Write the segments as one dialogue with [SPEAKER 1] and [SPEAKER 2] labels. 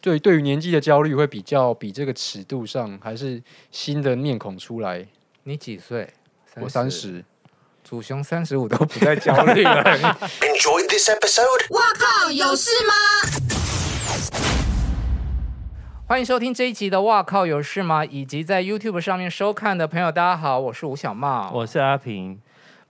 [SPEAKER 1] 对对于年纪的焦虑会比较比这个尺度上还是新的面孔出来。
[SPEAKER 2] 你几岁？
[SPEAKER 1] 我三，十，
[SPEAKER 2] 祖雄三十五都不再焦虑 了。
[SPEAKER 3] Enjoyed this episode?
[SPEAKER 4] 有事吗？
[SPEAKER 2] 欢迎收听这一集的《哇靠有事吗》，以及在 YouTube 上面收看的朋友，大家好，我是吴小茂。
[SPEAKER 5] 我是阿平，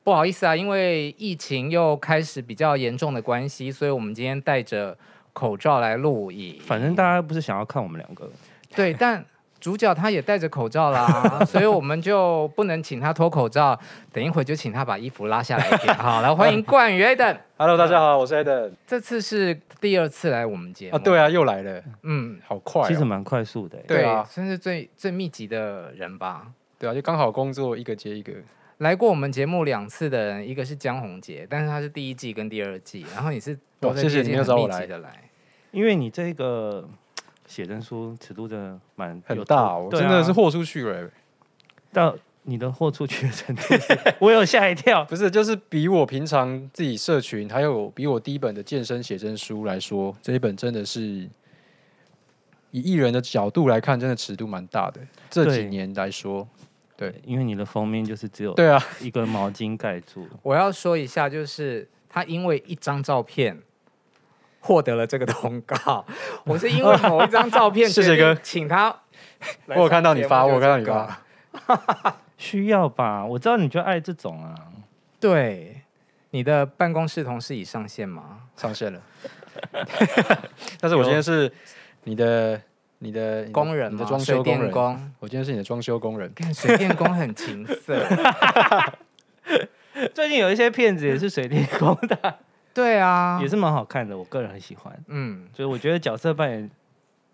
[SPEAKER 2] 不好意思啊，因为疫情又开始比较严重的关系，所以我们今天戴着口罩来录影。
[SPEAKER 5] 反正大家不是想要看我们两个，
[SPEAKER 1] 嗯
[SPEAKER 2] 对，但主角他也戴着口罩啦，所以我们就不能请他脱口罩，等一会儿就请他把衣服拉下来一点。好，来欢迎冠宇 Eden，
[SPEAKER 1] Hello，大家好，我是 Eden。
[SPEAKER 2] 这次是第二次来我们节目
[SPEAKER 1] 啊，对，啊，又来了，
[SPEAKER 2] 嗯，
[SPEAKER 1] 好快、哦。
[SPEAKER 5] 其实蛮快速的欸。
[SPEAKER 1] 对啊
[SPEAKER 2] 算是最最密集的人吧。
[SPEAKER 1] 对啊，就刚好工作一个接一个。
[SPEAKER 2] 来过我们节目两次的人，一个是江宏杰，但是他是第一季跟第二季，然后你是都
[SPEAKER 1] 哇
[SPEAKER 2] 在
[SPEAKER 1] 哦谢谢
[SPEAKER 2] 第
[SPEAKER 1] 你
[SPEAKER 2] 二
[SPEAKER 1] 又
[SPEAKER 2] 季很
[SPEAKER 1] 找我
[SPEAKER 2] 密集
[SPEAKER 1] 来
[SPEAKER 2] 的来。
[SPEAKER 5] 因为你这个写真书尺度真的蛮
[SPEAKER 1] 很
[SPEAKER 5] 有
[SPEAKER 1] 大
[SPEAKER 5] 拓
[SPEAKER 1] 哦，我
[SPEAKER 5] 对
[SPEAKER 1] 真
[SPEAKER 5] 啊
[SPEAKER 1] 的是豁出去了欸、
[SPEAKER 5] 到你的货出去的程度是，我有吓一跳。
[SPEAKER 1] 不是，就是比我平常自己社群，还有比我第一本的健身写真书来说，这一本真的是以艺人的角度来看，真的尺度蛮大的。这几
[SPEAKER 5] 对
[SPEAKER 1] 年来说，
[SPEAKER 5] 因为你的封面就是只有
[SPEAKER 1] 对啊，
[SPEAKER 5] 一个毛巾盖住，
[SPEAKER 2] 我要说一下，就是他因为一张照片获得了这个通告，我是因为某一张照 片，
[SPEAKER 1] 谢谢哥，
[SPEAKER 2] 请他
[SPEAKER 1] 我
[SPEAKER 2] 来上节目就这个。啊
[SPEAKER 1] 有看到你发，我有看到你发，
[SPEAKER 5] 需要吧？我知道你就爱这种啊，
[SPEAKER 2] 对，你的办公室同事已上线吗？
[SPEAKER 1] 上线了。 但是我今天是你的、你的、你的
[SPEAKER 2] 工人
[SPEAKER 1] 你
[SPEAKER 2] 吗
[SPEAKER 1] 的装
[SPEAKER 2] 水
[SPEAKER 1] 修工
[SPEAKER 2] 电
[SPEAKER 1] 人。
[SPEAKER 2] 工，
[SPEAKER 1] 我今天是你的装修工人，
[SPEAKER 2] 看水电工很 情色。
[SPEAKER 5] 最近有一些片子也是水电工的，
[SPEAKER 2] 对啊
[SPEAKER 5] 也，是蛮好看的，我个人很喜欢。
[SPEAKER 2] 嗯，
[SPEAKER 5] 所以我觉得角色扮演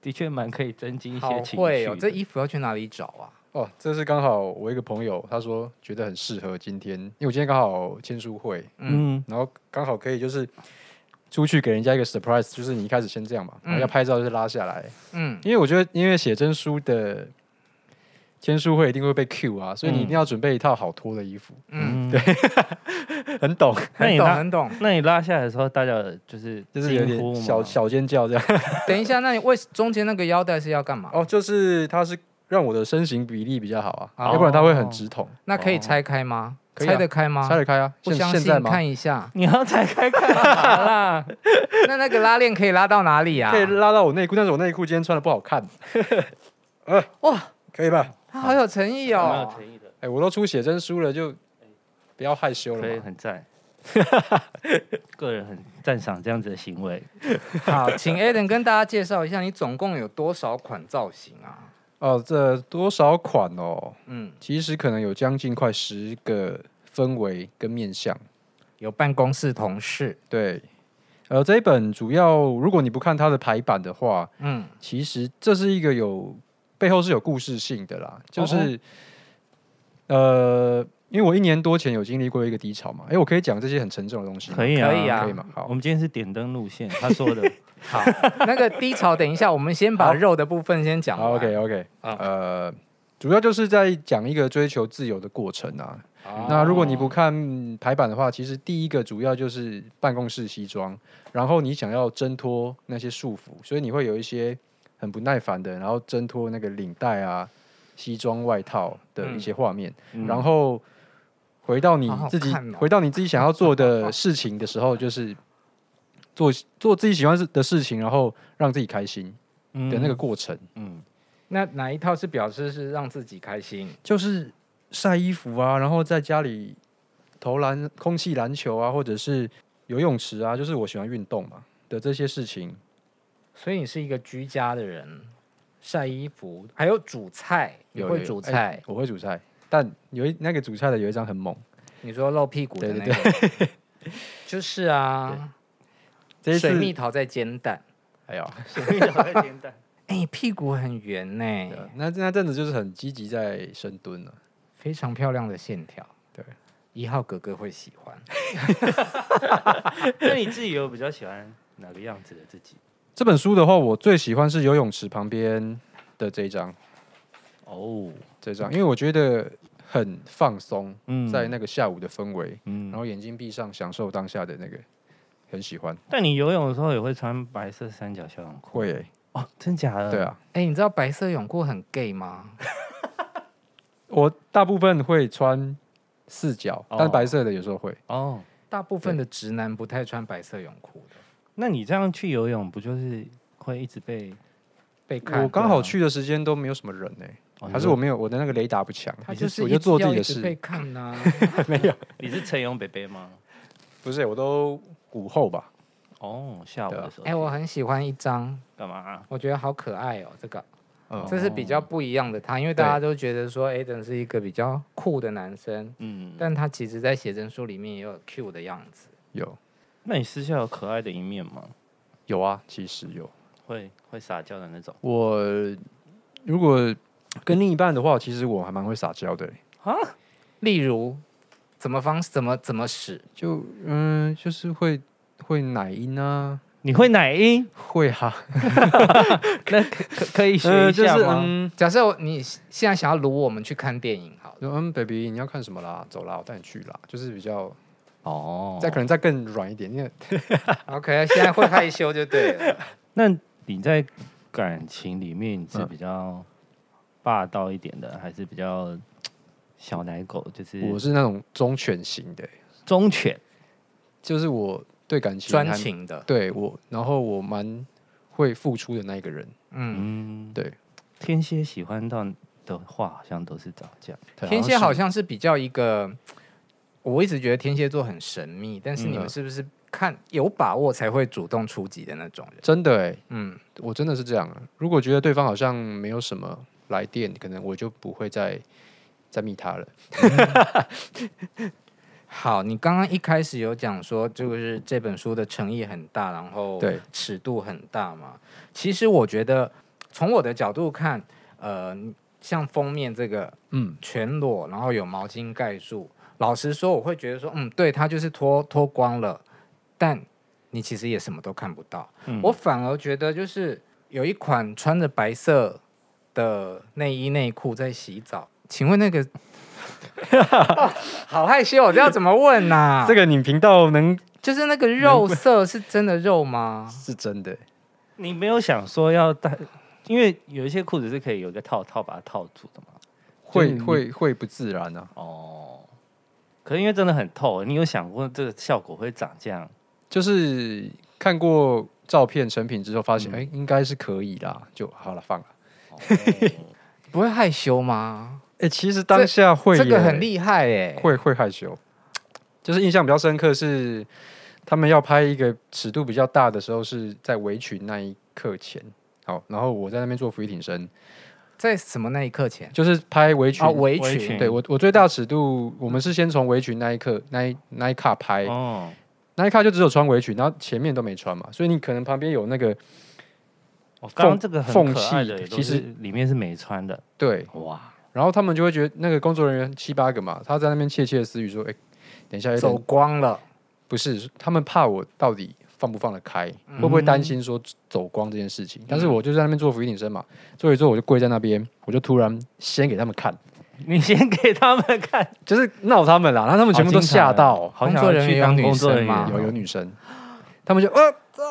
[SPEAKER 5] 的确蛮可以增进一
[SPEAKER 2] 好
[SPEAKER 5] 些情
[SPEAKER 2] 会
[SPEAKER 5] 绪
[SPEAKER 2] 哦，
[SPEAKER 5] 的。
[SPEAKER 2] 这衣服要去哪里找啊？
[SPEAKER 1] 哦，这是刚好我一个朋友，他说觉得很适合今天，因为我今天刚好签书会，
[SPEAKER 5] 嗯，
[SPEAKER 1] 然后刚好可以就是出去给人家一个 surprise，就是你一开始先这样嘛，然后
[SPEAKER 2] 嗯
[SPEAKER 1] 要拍照就是拉下来，
[SPEAKER 2] 嗯，
[SPEAKER 1] 因为我觉得因为写真书的签书会一定会被 Q 啊，所以你一定要准备一套好脱的衣服，
[SPEAKER 2] 嗯
[SPEAKER 5] 嗯，对，
[SPEAKER 1] 很懂，
[SPEAKER 5] 那
[SPEAKER 2] 很
[SPEAKER 5] 你
[SPEAKER 2] 懂
[SPEAKER 5] 拉
[SPEAKER 2] 很懂。
[SPEAKER 5] 那你拉下来的时候，大家有就是
[SPEAKER 1] 就是有
[SPEAKER 5] 惊呼
[SPEAKER 1] 点
[SPEAKER 5] 吗，
[SPEAKER 1] 小小尖叫这样。
[SPEAKER 2] 等一下，那你为中间那个腰带是要干嘛？
[SPEAKER 1] 哦，就是它是让我的身形比例比较好啊，
[SPEAKER 2] 哦
[SPEAKER 1] 要不然它会很直筒，
[SPEAKER 2] 那可以拆开吗？
[SPEAKER 1] 可以啊
[SPEAKER 2] 拆得开吗？
[SPEAKER 1] 拆得开啊。
[SPEAKER 2] 不
[SPEAKER 1] 现
[SPEAKER 2] 相
[SPEAKER 1] 现在
[SPEAKER 2] 信
[SPEAKER 1] 吗？
[SPEAKER 2] 看一下
[SPEAKER 5] 你要 拆开干嘛啦？
[SPEAKER 2] 那那个拉链可以拉到哪里啊
[SPEAKER 1] 可？以拉到我内裤，但是我内裤今天穿的不好看。呃，
[SPEAKER 2] 哇，
[SPEAKER 1] 可以吧？
[SPEAKER 2] 他好有诚意
[SPEAKER 5] 蛮有
[SPEAKER 2] 哦。
[SPEAKER 5] 诚意的，
[SPEAKER 1] 哎、我都出写真书了，就不要害羞
[SPEAKER 5] 可
[SPEAKER 1] 了
[SPEAKER 5] 以
[SPEAKER 1] 嘛。
[SPEAKER 5] 很赞。 个人很赞赏这样子的行为。
[SPEAKER 2] 好，请 Aden 跟大家介绍一下，你总共有多少款造型啊？
[SPEAKER 1] 哦，这多少款哦？
[SPEAKER 2] 嗯，
[SPEAKER 1] 其实可能有将近快十个氛围跟面向。
[SPEAKER 2] 有办公室同事，
[SPEAKER 1] 对，呃，这一本主要如果你不看它的排版的话，
[SPEAKER 2] 嗯，
[SPEAKER 1] 其实这是一个有背后是有故事性的啦，就是、
[SPEAKER 5] 哦
[SPEAKER 1] 呃，因为我一年多前有经历过一个低潮嘛，哎、我可以讲这些很沉重的东西吗，
[SPEAKER 5] 可以啊
[SPEAKER 2] 可以啊
[SPEAKER 1] 嗯可以嘛？好
[SPEAKER 5] 我，们今天是点灯 路线，他说的
[SPEAKER 2] 好，那个低潮，等一下，我们先把
[SPEAKER 1] 好
[SPEAKER 2] 肉的部分先讲完。
[SPEAKER 1] 好，OK OK，
[SPEAKER 2] 啊
[SPEAKER 1] 呃，主要就是在讲一个追求自由的过程啊。
[SPEAKER 2] 哦
[SPEAKER 1] 那如果你不看排版的话，其实第一个主要就是办公室西装，然后你想要挣脱那些束缚，所以你会有一些很不耐烦的，然后挣脱那个领带啊、西装外套的一些画面，然后。回到你
[SPEAKER 2] 嗯好好
[SPEAKER 1] 自己，
[SPEAKER 2] 看哦
[SPEAKER 1] 回到你自己想要做的事情的时候，就是做做自己喜欢的事情，然后让自己开心的那个，过程。
[SPEAKER 5] 嗯
[SPEAKER 2] 那哪一套是表示是让自己开心？
[SPEAKER 1] 就是晒衣服啊，然后在家里投篮、空气篮球啊，或者是游泳池啊，就是我喜欢运动嘛的这些事情。
[SPEAKER 2] 所以你是一个居家的人，晒衣服，还有煮菜，你
[SPEAKER 1] 有
[SPEAKER 2] 会
[SPEAKER 1] 有
[SPEAKER 2] 煮
[SPEAKER 1] 哎
[SPEAKER 2] 菜？
[SPEAKER 1] 我会煮菜，但有一那个煮菜的有一张很猛，
[SPEAKER 2] 你说露屁股的那
[SPEAKER 1] 对
[SPEAKER 2] 个，就是啊，
[SPEAKER 1] 这一
[SPEAKER 2] 水
[SPEAKER 1] 次
[SPEAKER 2] 蜜桃在煎蛋。
[SPEAKER 1] 哎呀，
[SPEAKER 2] 哎、屁股很圆呢、
[SPEAKER 1] 对啊那那阵子就是很积极在深蹲啊了、
[SPEAKER 2] 非常漂亮的线条。
[SPEAKER 1] 对，
[SPEAKER 2] 一号哥哥会喜欢。
[SPEAKER 5] 那你自己有比较喜欢哪个样子的自己？
[SPEAKER 1] 这本书的话，我最喜欢是游泳池旁边的这一张，
[SPEAKER 5] 哦，
[SPEAKER 1] 这张，因为我觉得很放松，
[SPEAKER 5] 嗯
[SPEAKER 1] 在那个下午的氛围，
[SPEAKER 5] 嗯
[SPEAKER 1] 然后眼睛闭上，享受当下的那个，很喜欢。
[SPEAKER 5] 但你游泳的时候也会穿白色三角小泳裤
[SPEAKER 1] 会欸、
[SPEAKER 5] 哦，真假的？
[SPEAKER 1] 对，啊，
[SPEAKER 2] 哎、你知道白色泳裤很 gay 吗？
[SPEAKER 1] 我大部分会穿四角，
[SPEAKER 5] 哦
[SPEAKER 1] 但白色的有时候会。
[SPEAKER 5] 哦，
[SPEAKER 2] 大部分的直男不太穿白色泳裤的，
[SPEAKER 5] 那你这样去游泳，不就是会一直被？
[SPEAKER 2] 被看
[SPEAKER 1] 我刚好去的时间都没有什么人呢、
[SPEAKER 5] 哦
[SPEAKER 1] 还是我没有我的那个雷达不强，
[SPEAKER 2] 他
[SPEAKER 1] 你
[SPEAKER 2] 就是
[SPEAKER 1] 我
[SPEAKER 2] 一
[SPEAKER 1] 就
[SPEAKER 2] 直
[SPEAKER 1] 做自
[SPEAKER 2] 要
[SPEAKER 1] 己
[SPEAKER 2] 一
[SPEAKER 1] 的
[SPEAKER 2] 直被
[SPEAKER 1] 事，
[SPEAKER 2] 看呐、
[SPEAKER 1] 没有，
[SPEAKER 5] 你是陈勇北北吗？
[SPEAKER 1] 不是、我都午后吧，
[SPEAKER 5] 哦，下午的时候
[SPEAKER 1] 啊
[SPEAKER 5] 去。
[SPEAKER 2] 哎、我很喜欢一张，
[SPEAKER 5] 干嘛啊？
[SPEAKER 2] 我觉得好可爱哦，这个
[SPEAKER 1] 嗯，
[SPEAKER 2] 这是比较不一样的他，因为大家都觉得说 Aden 是一个比较酷的男生，
[SPEAKER 5] 嗯，
[SPEAKER 2] 但他其实在写真书里面也有 Q 的样子。
[SPEAKER 1] 有
[SPEAKER 5] 那你私下有可爱的一面吗？
[SPEAKER 1] 有啊，其实有。
[SPEAKER 5] 会会撒娇的那种
[SPEAKER 1] 我如果跟另一半的话，其实我还蛮会撒娇的、欸
[SPEAKER 5] 啊？
[SPEAKER 2] 例如，怎么方怎么怎么使，
[SPEAKER 1] 就嗯，就是会会奶音啊，
[SPEAKER 5] 你会奶音？
[SPEAKER 1] 会哈、啊，
[SPEAKER 5] 那可可可以学
[SPEAKER 1] 呃
[SPEAKER 5] 一
[SPEAKER 1] 就
[SPEAKER 5] 下
[SPEAKER 1] 是
[SPEAKER 5] 吗？
[SPEAKER 1] 嗯，
[SPEAKER 2] 假设我你现在想要掳我们去看电影，好了，
[SPEAKER 1] 就嗯，baby，你要看什么啦？走啦，我带你去啦。就是比较
[SPEAKER 5] 哦
[SPEAKER 1] 再可能再更软一点，因为
[SPEAKER 2] OK，现在会害羞就对了。
[SPEAKER 5] 那你在感情里面你是
[SPEAKER 1] 嗯
[SPEAKER 5] 比较霸道一点的，还是比较小奶狗？就是
[SPEAKER 1] 我是那种忠犬型的、
[SPEAKER 5] 忠犬
[SPEAKER 1] 就是我对感情
[SPEAKER 2] 专
[SPEAKER 1] 还，
[SPEAKER 2] 情的，
[SPEAKER 1] 对我，然后我蛮会付出的那一个人。
[SPEAKER 2] 嗯，
[SPEAKER 5] 嗯，
[SPEAKER 1] 对，
[SPEAKER 5] 天蝎喜欢到的话，好像都是吵架。
[SPEAKER 2] 天蝎好
[SPEAKER 1] 像
[SPEAKER 2] 像是比较一个，我一直觉得天蝎座很神秘，但是
[SPEAKER 5] 嗯
[SPEAKER 2] 你们是不是看有把握才会主动出击的那种人
[SPEAKER 1] 是？真的哎、
[SPEAKER 2] 嗯，
[SPEAKER 1] 我真的是这样啊。如果觉得对方好像没有什么来电，可能我就不会再再密他了。
[SPEAKER 2] 好，你刚刚一开始有讲说，就是这本书的诚意很大，然后
[SPEAKER 1] 对
[SPEAKER 2] 尺度很大嘛。其实我觉得，从我的角度看，呃，像封面这个
[SPEAKER 1] 嗯，
[SPEAKER 2] 全裸，然后有毛巾盖住。老实说，我会觉得说，嗯，对他就是脱脱光了，但你其实也什么都看不到。
[SPEAKER 5] 嗯
[SPEAKER 2] 我反而觉得就是有一款穿着白色的内衣内裤在洗澡，请问 那个，好害羞哦，我这要怎么问呐、
[SPEAKER 1] 这个你频道能
[SPEAKER 2] 就是那个肉色是真的肉吗？
[SPEAKER 1] 是真的欸、
[SPEAKER 5] 你没有想说要带，因为有一些裤子是可以有一个套套把它套住的嘛。就是
[SPEAKER 1] 会
[SPEAKER 5] 你
[SPEAKER 1] 会会不自然啊，
[SPEAKER 5] 哦，可是因为真的很透，你有想过这个效果会长这样？
[SPEAKER 1] 就是看过照片成品之后，发现
[SPEAKER 5] 嗯
[SPEAKER 1] 哎、诶应该是可以啦，就好了，放了。
[SPEAKER 5] 哦
[SPEAKER 2] 不会害羞吗？
[SPEAKER 1] 哎、其实当下会
[SPEAKER 2] 这个
[SPEAKER 1] 耶
[SPEAKER 2] 很厉害哎、
[SPEAKER 1] 会会害羞，就是印象比较深刻是他们要拍一个尺度比较大的时候是在围裙那一刻前，好，然后我在那边做俯卧挺身，
[SPEAKER 2] 在什么那一刻前？
[SPEAKER 1] 就是拍围裙
[SPEAKER 2] 啊，围
[SPEAKER 5] 围
[SPEAKER 2] 裙
[SPEAKER 5] 裙
[SPEAKER 1] 对我，我最大尺度，我们是先从围裙那一刻那一那一卡拍，
[SPEAKER 5] 哦，
[SPEAKER 1] 那一卡就只有穿围裙，然后前面都没穿嘛，所以你可能旁边有那个
[SPEAKER 5] 我哦刚刚这个
[SPEAKER 1] 缝
[SPEAKER 5] 很可爱的
[SPEAKER 1] 隙
[SPEAKER 5] 也都
[SPEAKER 1] 其实
[SPEAKER 5] 是里面是没穿的，
[SPEAKER 1] 对，
[SPEAKER 5] 哇，
[SPEAKER 1] 然后他们就会觉得那个工作人员七八个嘛，他在那边窃窃私语说：“哎、等一下有
[SPEAKER 2] 走
[SPEAKER 1] 点
[SPEAKER 2] 光了。
[SPEAKER 1] 不是，他们怕我到底放不放得开，会不会担心说走光这件事情？”但是我就在那边做俯卧撑嘛，做一做我就跪在那边，我就突然先给他们看，
[SPEAKER 5] 你先给他们看，
[SPEAKER 1] 就是闹他们啦，然后他们全部都吓啊到，
[SPEAKER 5] 啊好
[SPEAKER 2] 工
[SPEAKER 5] 想
[SPEAKER 2] 作
[SPEAKER 5] 要
[SPEAKER 2] 人员
[SPEAKER 5] 去
[SPEAKER 2] 有
[SPEAKER 5] 当
[SPEAKER 2] 女
[SPEAKER 5] 工作
[SPEAKER 2] 生
[SPEAKER 5] 人
[SPEAKER 2] 吗
[SPEAKER 5] 员
[SPEAKER 1] 有有女生，他们就呃，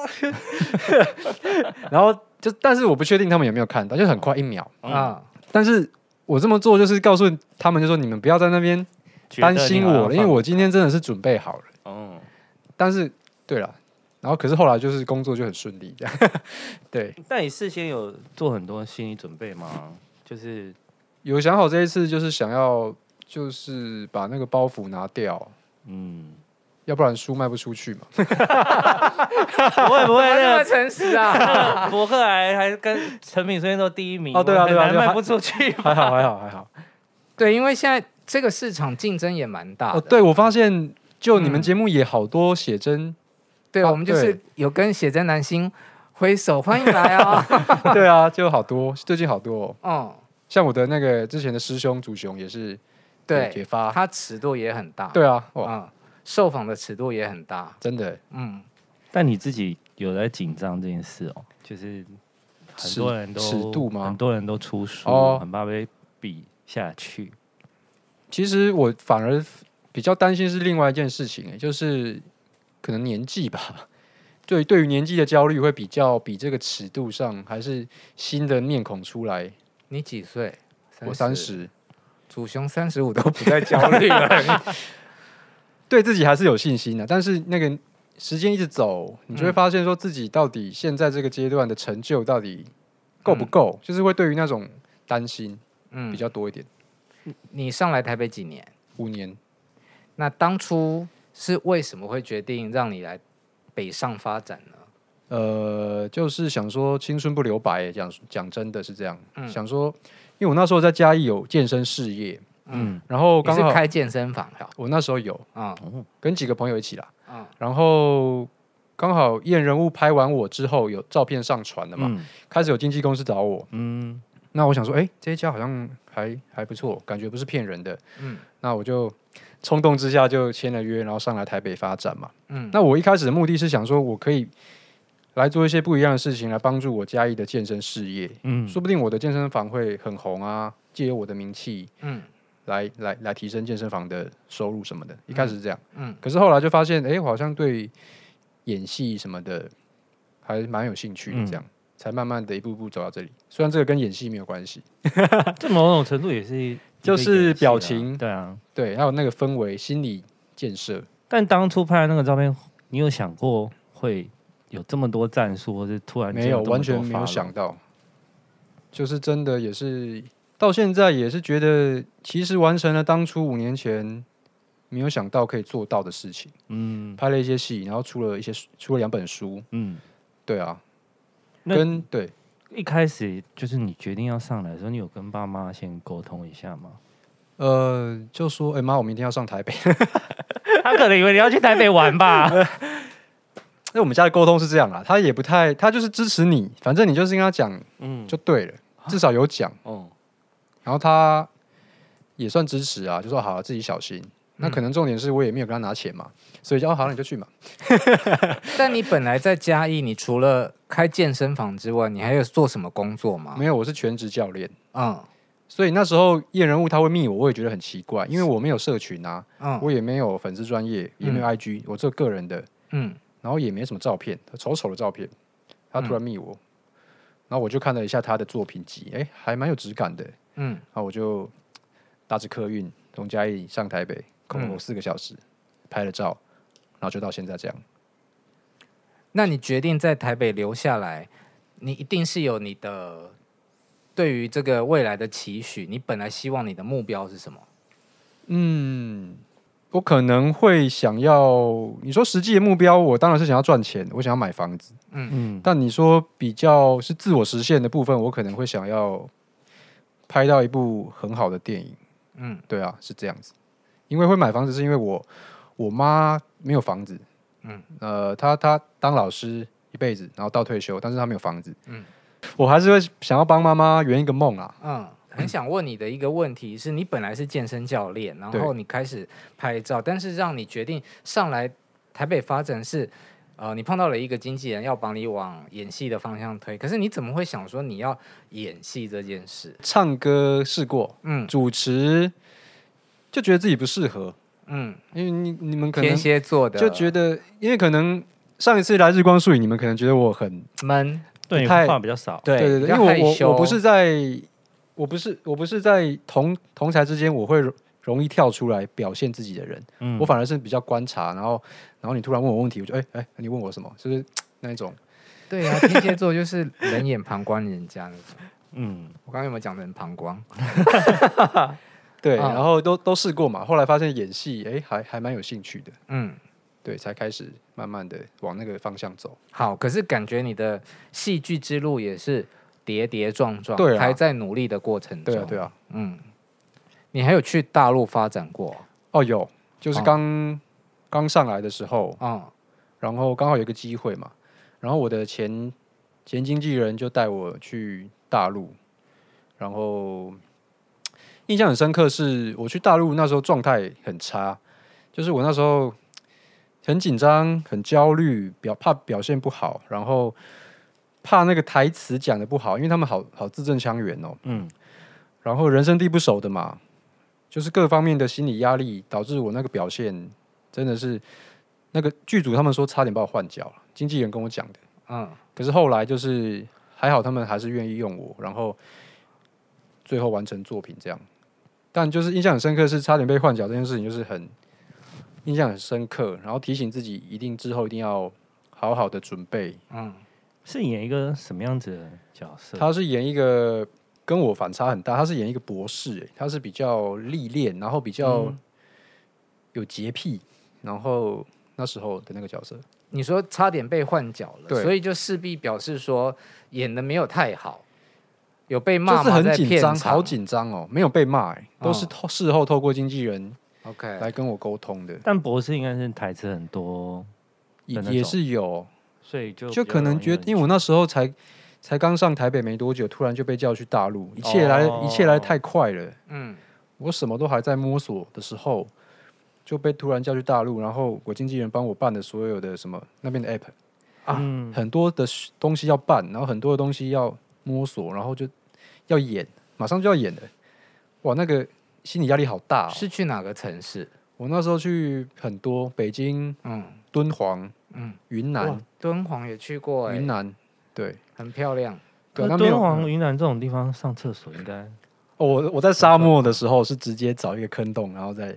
[SPEAKER 1] 啊然后就但是我不确定他们有没有看到，就很快一秒。
[SPEAKER 2] 啊、
[SPEAKER 1] 但是我这么做就是告诉他们，就说你们不要在那边担心我了，因为我今天真的是准备好了。
[SPEAKER 5] 嗯，
[SPEAKER 1] 但是对了，然后可是后来就是工作就很顺利，这样 对，
[SPEAKER 5] 但你事先有做很多心理准备吗？就是
[SPEAKER 1] 有想好这一次就是想要就是把那个包袱拿掉。
[SPEAKER 5] 嗯，
[SPEAKER 1] 要不然书卖不出去嘛？
[SPEAKER 5] 不会不
[SPEAKER 2] 怎么
[SPEAKER 5] 会，
[SPEAKER 2] 那
[SPEAKER 5] 那
[SPEAKER 2] 么
[SPEAKER 5] 个
[SPEAKER 2] 诚实啊！
[SPEAKER 5] 那个博客来还跟陈品轩都第一名
[SPEAKER 1] 哦对啊
[SPEAKER 5] 我很
[SPEAKER 1] 对啊
[SPEAKER 5] 难
[SPEAKER 1] 对啊
[SPEAKER 5] 卖不出去
[SPEAKER 1] 还
[SPEAKER 5] 吧。
[SPEAKER 1] 好，还好，还好。
[SPEAKER 2] 对，因为现在这个市场竞争也蛮大的。
[SPEAKER 1] 哦，对，我发现就你们节目也好多写真
[SPEAKER 2] 对
[SPEAKER 1] 啊
[SPEAKER 2] 我们就是
[SPEAKER 1] 对
[SPEAKER 2] 有跟写真男星挥手欢迎来 哦。
[SPEAKER 1] 对啊，就好多，最近好多、哦，
[SPEAKER 2] 嗯，
[SPEAKER 1] 像我的那个之前的师兄祖雄也是
[SPEAKER 2] 对，
[SPEAKER 1] 也发，
[SPEAKER 2] 他尺度也很大。
[SPEAKER 1] 对啊，哇，
[SPEAKER 2] 嗯，受访的尺度也很大。
[SPEAKER 1] 真的
[SPEAKER 2] 嗯，
[SPEAKER 5] 但你自己有在紧张这件事哦，就是很
[SPEAKER 1] 尺
[SPEAKER 5] 多人都
[SPEAKER 1] 尺度吗
[SPEAKER 5] 很多人都出书，
[SPEAKER 1] 哦
[SPEAKER 5] 很怕被比下去。
[SPEAKER 1] 其实我反而比较担心是另外一件事情、欸，就是可能年纪吧，对对于年纪的焦虑会比较比这个尺度上还是新的面孔出来。
[SPEAKER 2] 你几岁？
[SPEAKER 1] 我三，十，
[SPEAKER 2] 祖兄三十五都不再焦 虑了。
[SPEAKER 1] 对自己还是有信心的，但是那个时间一直走，你就会发现说自己到底现在这个阶段的成就到底够不够，就是会对于那种担心比
[SPEAKER 2] 嗯，
[SPEAKER 1] 较多一点。
[SPEAKER 2] 你上来台北几年？
[SPEAKER 1] 五年，
[SPEAKER 2] 那当初是为什么会决定让你来北上发展呢？
[SPEAKER 1] 呃，就是想说青春不留白，讲讲真的是这样，
[SPEAKER 2] 嗯
[SPEAKER 1] 想说，因为我那时候在嘉义有健身事业，
[SPEAKER 5] 嗯，
[SPEAKER 1] 然后
[SPEAKER 2] 你
[SPEAKER 1] 哦刚
[SPEAKER 2] 是
[SPEAKER 1] 好
[SPEAKER 2] 开健身房的
[SPEAKER 1] 我那时候有
[SPEAKER 2] 啊？
[SPEAKER 5] 哦
[SPEAKER 1] 跟几个朋友一起啦，
[SPEAKER 2] 嗯
[SPEAKER 1] 然后刚好验人物拍完我之后有照片上传了嘛，
[SPEAKER 5] 嗯
[SPEAKER 1] 开始有经纪公司找我，
[SPEAKER 5] 嗯，
[SPEAKER 1] 那我想说，哎、这一家好像还还不错，感觉不是骗人的，
[SPEAKER 2] 嗯
[SPEAKER 1] 那我就冲动之下就签了约，然后上来台北发展嘛。
[SPEAKER 2] 嗯
[SPEAKER 1] 那我一开始的目的是想说，我可以来做一些不一样的事情，来帮助我嘉义的健身事业，
[SPEAKER 5] 嗯
[SPEAKER 1] 说不定我的健身房会很红啊，借由我的名气
[SPEAKER 2] 嗯
[SPEAKER 1] 来来来提升健身房的收入什么的。一开始是这样，
[SPEAKER 2] 嗯
[SPEAKER 1] 可是后来就发现，哎、我好像对演戏什么的还蛮有兴趣
[SPEAKER 2] 嗯
[SPEAKER 1] 的，这样、才慢慢的一步步走到这里。虽然这个跟演戏没有关系，
[SPEAKER 5] 这某种程度也是一个
[SPEAKER 1] 就是
[SPEAKER 5] 演戏
[SPEAKER 1] 表
[SPEAKER 5] 啦
[SPEAKER 1] 情
[SPEAKER 5] 对啊。
[SPEAKER 1] 对，还有那个氛围、心理建设，
[SPEAKER 5] 但当初拍的那个照片，你有想过会有这么多战术，或是突然间
[SPEAKER 1] 没有
[SPEAKER 5] 这么
[SPEAKER 1] 完全
[SPEAKER 5] 多
[SPEAKER 1] 没有
[SPEAKER 5] follow？
[SPEAKER 1] 想到，就是真的也是到现在也是觉得，其实完成了当初五年前没有想到可以做到的事情。
[SPEAKER 5] 嗯
[SPEAKER 1] 拍了一些戏，然后出了一些书出了两本书，
[SPEAKER 5] 嗯。
[SPEAKER 1] 对啊，
[SPEAKER 5] 那
[SPEAKER 1] 跟对
[SPEAKER 5] 一开始就是你决定要上来的时候，你有跟爸妈先沟通一下吗？
[SPEAKER 1] 呃，就说哎妈、我明天要上台北。
[SPEAKER 5] 他可能以为你要去台北玩 吧？
[SPEAKER 1] 哦那我们家的沟通是这样啦，他也不太，他就是支持你，反正你就是跟他讲
[SPEAKER 5] 嗯，
[SPEAKER 1] 就对了，至少有讲，
[SPEAKER 5] 哦，
[SPEAKER 1] 然后他也算支持啊，就说好、自己小心。那可能重点是我也没有跟他拿钱嘛，所以就哦好，那你就去嘛。
[SPEAKER 2] 但你本来在嘉义，你除了开健身房之外，你还有做什么工作吗？
[SPEAKER 1] 没有，我是全职教练，
[SPEAKER 2] 嗯
[SPEAKER 1] 所以那时候验人物他会密我，我也觉得很奇怪，因为我没有社群啊，
[SPEAKER 2] 嗯
[SPEAKER 1] 我也没有粉丝专业，也没有 IG，、我这个人的，
[SPEAKER 2] 嗯
[SPEAKER 1] 然后也没什么照片，丑丑的照片，他突然密
[SPEAKER 2] 嗯
[SPEAKER 1] 我，然后我就看了一下他的作品集，哎，还蛮有质感的，
[SPEAKER 2] 嗯，
[SPEAKER 1] 然后我就搭着客运从嘉义上台北，空了
[SPEAKER 2] 嗯
[SPEAKER 1] 四个小时，拍了照，然后就到现在这样。
[SPEAKER 2] 那你决定在台北留下来，你一定是有你的对于这个未来的期许。你本来希望你的目标是什么？
[SPEAKER 1] 嗯，我可能会想要，你说实际的目标，我当然是想要赚钱，我想要买房子。
[SPEAKER 5] 嗯，
[SPEAKER 1] 但你说比较是自我实现的部分，我可能会想要拍到一部很好的电影。
[SPEAKER 2] 嗯
[SPEAKER 1] 对啊，是这样子。因为会买房子，是因为我我妈没有房子，
[SPEAKER 2] 嗯
[SPEAKER 1] 嗯，呃，她她当老师一辈子，然后到退休，但是她没有房子，
[SPEAKER 2] 嗯
[SPEAKER 1] 嗯，我还是会想要帮妈妈圆一个梦啊。
[SPEAKER 2] 嗯，很想问你的一个问题是，你本来是健身教练，然后
[SPEAKER 1] 对
[SPEAKER 2] 你开始拍照，但是让你决定上来台北发展是，呃，你碰到了一个经纪人要把你往演戏的方向推，可是你怎么会想说你要演戏这件事？
[SPEAKER 1] 唱歌试过，
[SPEAKER 2] 嗯
[SPEAKER 1] 主持就觉得自己不适合，
[SPEAKER 2] 嗯，
[SPEAKER 1] 因为你你们可
[SPEAKER 2] 天
[SPEAKER 1] 能
[SPEAKER 2] 蝎座的
[SPEAKER 1] 就觉得，因为可能上一次来日光树影，你们可能觉得我很
[SPEAKER 2] 闷，
[SPEAKER 5] 对，你
[SPEAKER 1] 不太
[SPEAKER 5] 话比较少。
[SPEAKER 2] 对
[SPEAKER 1] 对对，
[SPEAKER 2] 比较
[SPEAKER 1] 因为
[SPEAKER 2] 害
[SPEAKER 1] 我
[SPEAKER 2] 羞
[SPEAKER 1] 我我不是在，我不是我不是在同同台之间，我会容容易跳出来表现自己的人，
[SPEAKER 5] 嗯
[SPEAKER 1] 我反而是比较观察，然后然后你突然问我问题，我就哎哎、你问我什么，就是 嘖那一种，
[SPEAKER 2] 对啊，天蝎座就是冷眼旁观人家那种。
[SPEAKER 5] 嗯，
[SPEAKER 2] 我刚刚有没有讲人旁观？
[SPEAKER 1] 对，
[SPEAKER 2] 啊
[SPEAKER 1] 然后都都试过嘛，后来发现演戏哎、还还蛮有兴趣的，
[SPEAKER 2] 嗯，
[SPEAKER 1] 对，才开始慢慢的往那个方向走，
[SPEAKER 2] 好，可是感觉你的戏剧之路也是跌跌撞撞，
[SPEAKER 1] 对啊
[SPEAKER 2] 还在努力的过程中。
[SPEAKER 1] 对啊对啊，
[SPEAKER 2] 嗯，你还有去大陆发展过？
[SPEAKER 1] 哦有，就是
[SPEAKER 2] 啊
[SPEAKER 1] 刚刚、上来的时候，
[SPEAKER 2] 嗯
[SPEAKER 1] 然后刚好有一个机会嘛，然后我的前前经纪人就带我去大陆，然后印象很深刻是，我去大陆那时候状态很差，就是我那时候很紧张、很焦虑，表怕表现不好，然后怕那个台词讲的不好，因为他们好好字正腔圆哦，
[SPEAKER 5] 嗯，
[SPEAKER 1] 然后人生地不熟的嘛，就是各方面的心理压力导致我那个表现真的是那个剧组他们说差点把我换角了，经纪人跟我讲的。
[SPEAKER 2] 嗯，
[SPEAKER 1] 可是后来就是还好，他们还是愿意用我，然后最后完成作品这样。但就是印象很深刻是差点被换角这件事情，就是很印象很深刻，然后提醒自己一定之后一定要好好的准备。
[SPEAKER 5] 是演一个什么样子的角色？
[SPEAKER 1] 他是演一个跟我反差很大，他是演一个博士、欸，他是比较历练，然后比较
[SPEAKER 2] 嗯
[SPEAKER 1] 有洁癖，然后那时候的那个角色。
[SPEAKER 2] 你说差点被换角了，
[SPEAKER 1] 对
[SPEAKER 2] 所以就势必表示说演的没有太好，有被骂
[SPEAKER 1] 就是
[SPEAKER 2] 吗？
[SPEAKER 1] 很
[SPEAKER 2] 在
[SPEAKER 1] 紧
[SPEAKER 2] 片
[SPEAKER 1] 张，
[SPEAKER 2] 场
[SPEAKER 1] 好。紧张哦，没有被骂、欸，都是
[SPEAKER 2] 哦
[SPEAKER 1] 透事后透过经纪人
[SPEAKER 2] OK，
[SPEAKER 1] 来跟我沟通的，
[SPEAKER 5] 但博士应该是台词很多，
[SPEAKER 1] 也
[SPEAKER 5] 的那
[SPEAKER 1] 也
[SPEAKER 5] 种
[SPEAKER 1] 是有，
[SPEAKER 5] 所以就
[SPEAKER 1] 就可能觉得，因为我那时候才才刚上台北没多久，突然就被叫去大陆，一切来、
[SPEAKER 2] 哦
[SPEAKER 1] 一切来太快了，
[SPEAKER 2] 嗯，
[SPEAKER 1] 我什么都还在摸索的时候，就被突然叫去大陆，然后我经纪人帮我办的所有的什么那边的 app，
[SPEAKER 2] 啊
[SPEAKER 5] 嗯，
[SPEAKER 1] 很多的事东西要办，然后很多的东西要摸索，然后就要演，马上就要演了，哇，那个心理压力好大、哦。
[SPEAKER 2] 是去哪个城市？
[SPEAKER 1] 我那时候去很多北京、
[SPEAKER 2] 嗯，
[SPEAKER 1] 敦煌、
[SPEAKER 2] 嗯
[SPEAKER 1] 云
[SPEAKER 2] 哇
[SPEAKER 1] 南、
[SPEAKER 2] 敦煌也去过、欸，
[SPEAKER 1] 云南，对，
[SPEAKER 2] 很漂亮。
[SPEAKER 1] 对，
[SPEAKER 5] 那
[SPEAKER 1] 那没有
[SPEAKER 5] 敦煌、云南这种地方上厕所应该
[SPEAKER 1] 哦我我在沙漠的时候是直接找一个坑洞，然后在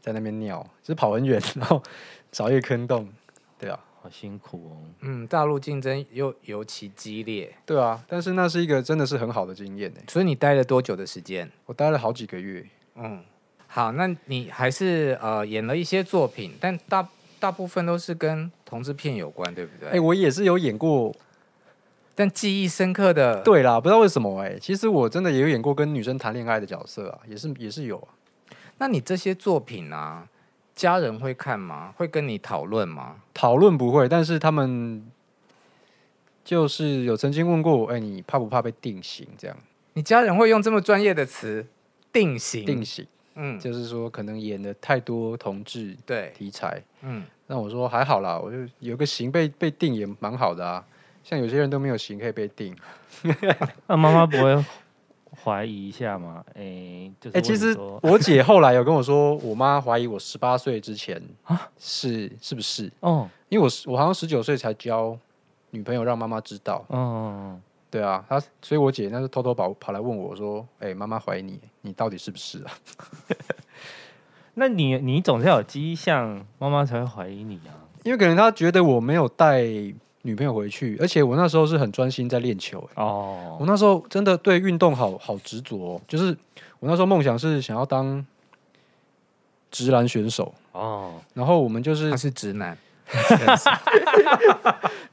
[SPEAKER 1] 在那边尿，就是跑很远，然后找一个坑洞，对啊，
[SPEAKER 5] 好辛苦哦。
[SPEAKER 2] 嗯，大陆竞争又尤其激烈，
[SPEAKER 1] 对啊，但是那是一个真的是很好的经验呢。欸
[SPEAKER 2] 所以你待了多久的时间？
[SPEAKER 1] 我待了好几个月，
[SPEAKER 2] 嗯，好，那你还是呃演了一些作品，但大大部分都是跟同志片有关，对不对？
[SPEAKER 1] 哎、我也是有演过，
[SPEAKER 2] 但记忆深刻的，，
[SPEAKER 1] 对啦，不知道为什么哎、其实我真的也有演过跟女生谈恋爱的角色啊，也是也是有啊，
[SPEAKER 2] 那你这些作品啊，家人会看吗？会跟你讨论吗？
[SPEAKER 1] 讨论不会，但是他们就是有曾经问过我，哎、你怕不怕被定型？这样
[SPEAKER 2] 你家人会用这么专业的词定型？
[SPEAKER 1] 定，型
[SPEAKER 2] 嗯，
[SPEAKER 1] 就是说可能演的太多同志
[SPEAKER 2] 对，
[SPEAKER 1] 题材。
[SPEAKER 2] 嗯，
[SPEAKER 1] 那我说还好啦，我就有个刑被被定也蛮好的啊。像有些人都没有刑可以被定，
[SPEAKER 5] 那妈妈不会怀疑一下吗？ 哎，就是
[SPEAKER 1] 哎、其
[SPEAKER 5] 问你
[SPEAKER 1] 实
[SPEAKER 5] 说
[SPEAKER 1] 我姐后来有跟我说，我妈怀疑我十八岁之前
[SPEAKER 5] 啊
[SPEAKER 1] 是是不是？
[SPEAKER 5] 哦，
[SPEAKER 1] 因为我是我好像十九岁才交女朋友，让妈妈知道。
[SPEAKER 5] 嗯，
[SPEAKER 1] 对啊，她所以我姐那是偷偷跑跑来问我说：“哎、妈妈怀疑你，你到底是不是啊
[SPEAKER 5] 那你你总是要有迹象，妈妈才会怀疑你啊。？”
[SPEAKER 1] 因为可能她觉得我没有带女朋友回去，而且我那时候是很专心在练球、哎
[SPEAKER 5] 哦
[SPEAKER 1] 我，那时候真的对运动好好执着哦、就是我那时候梦想是想要当直男选手，
[SPEAKER 5] 哦，
[SPEAKER 1] 然后我们就是
[SPEAKER 2] 他是直男，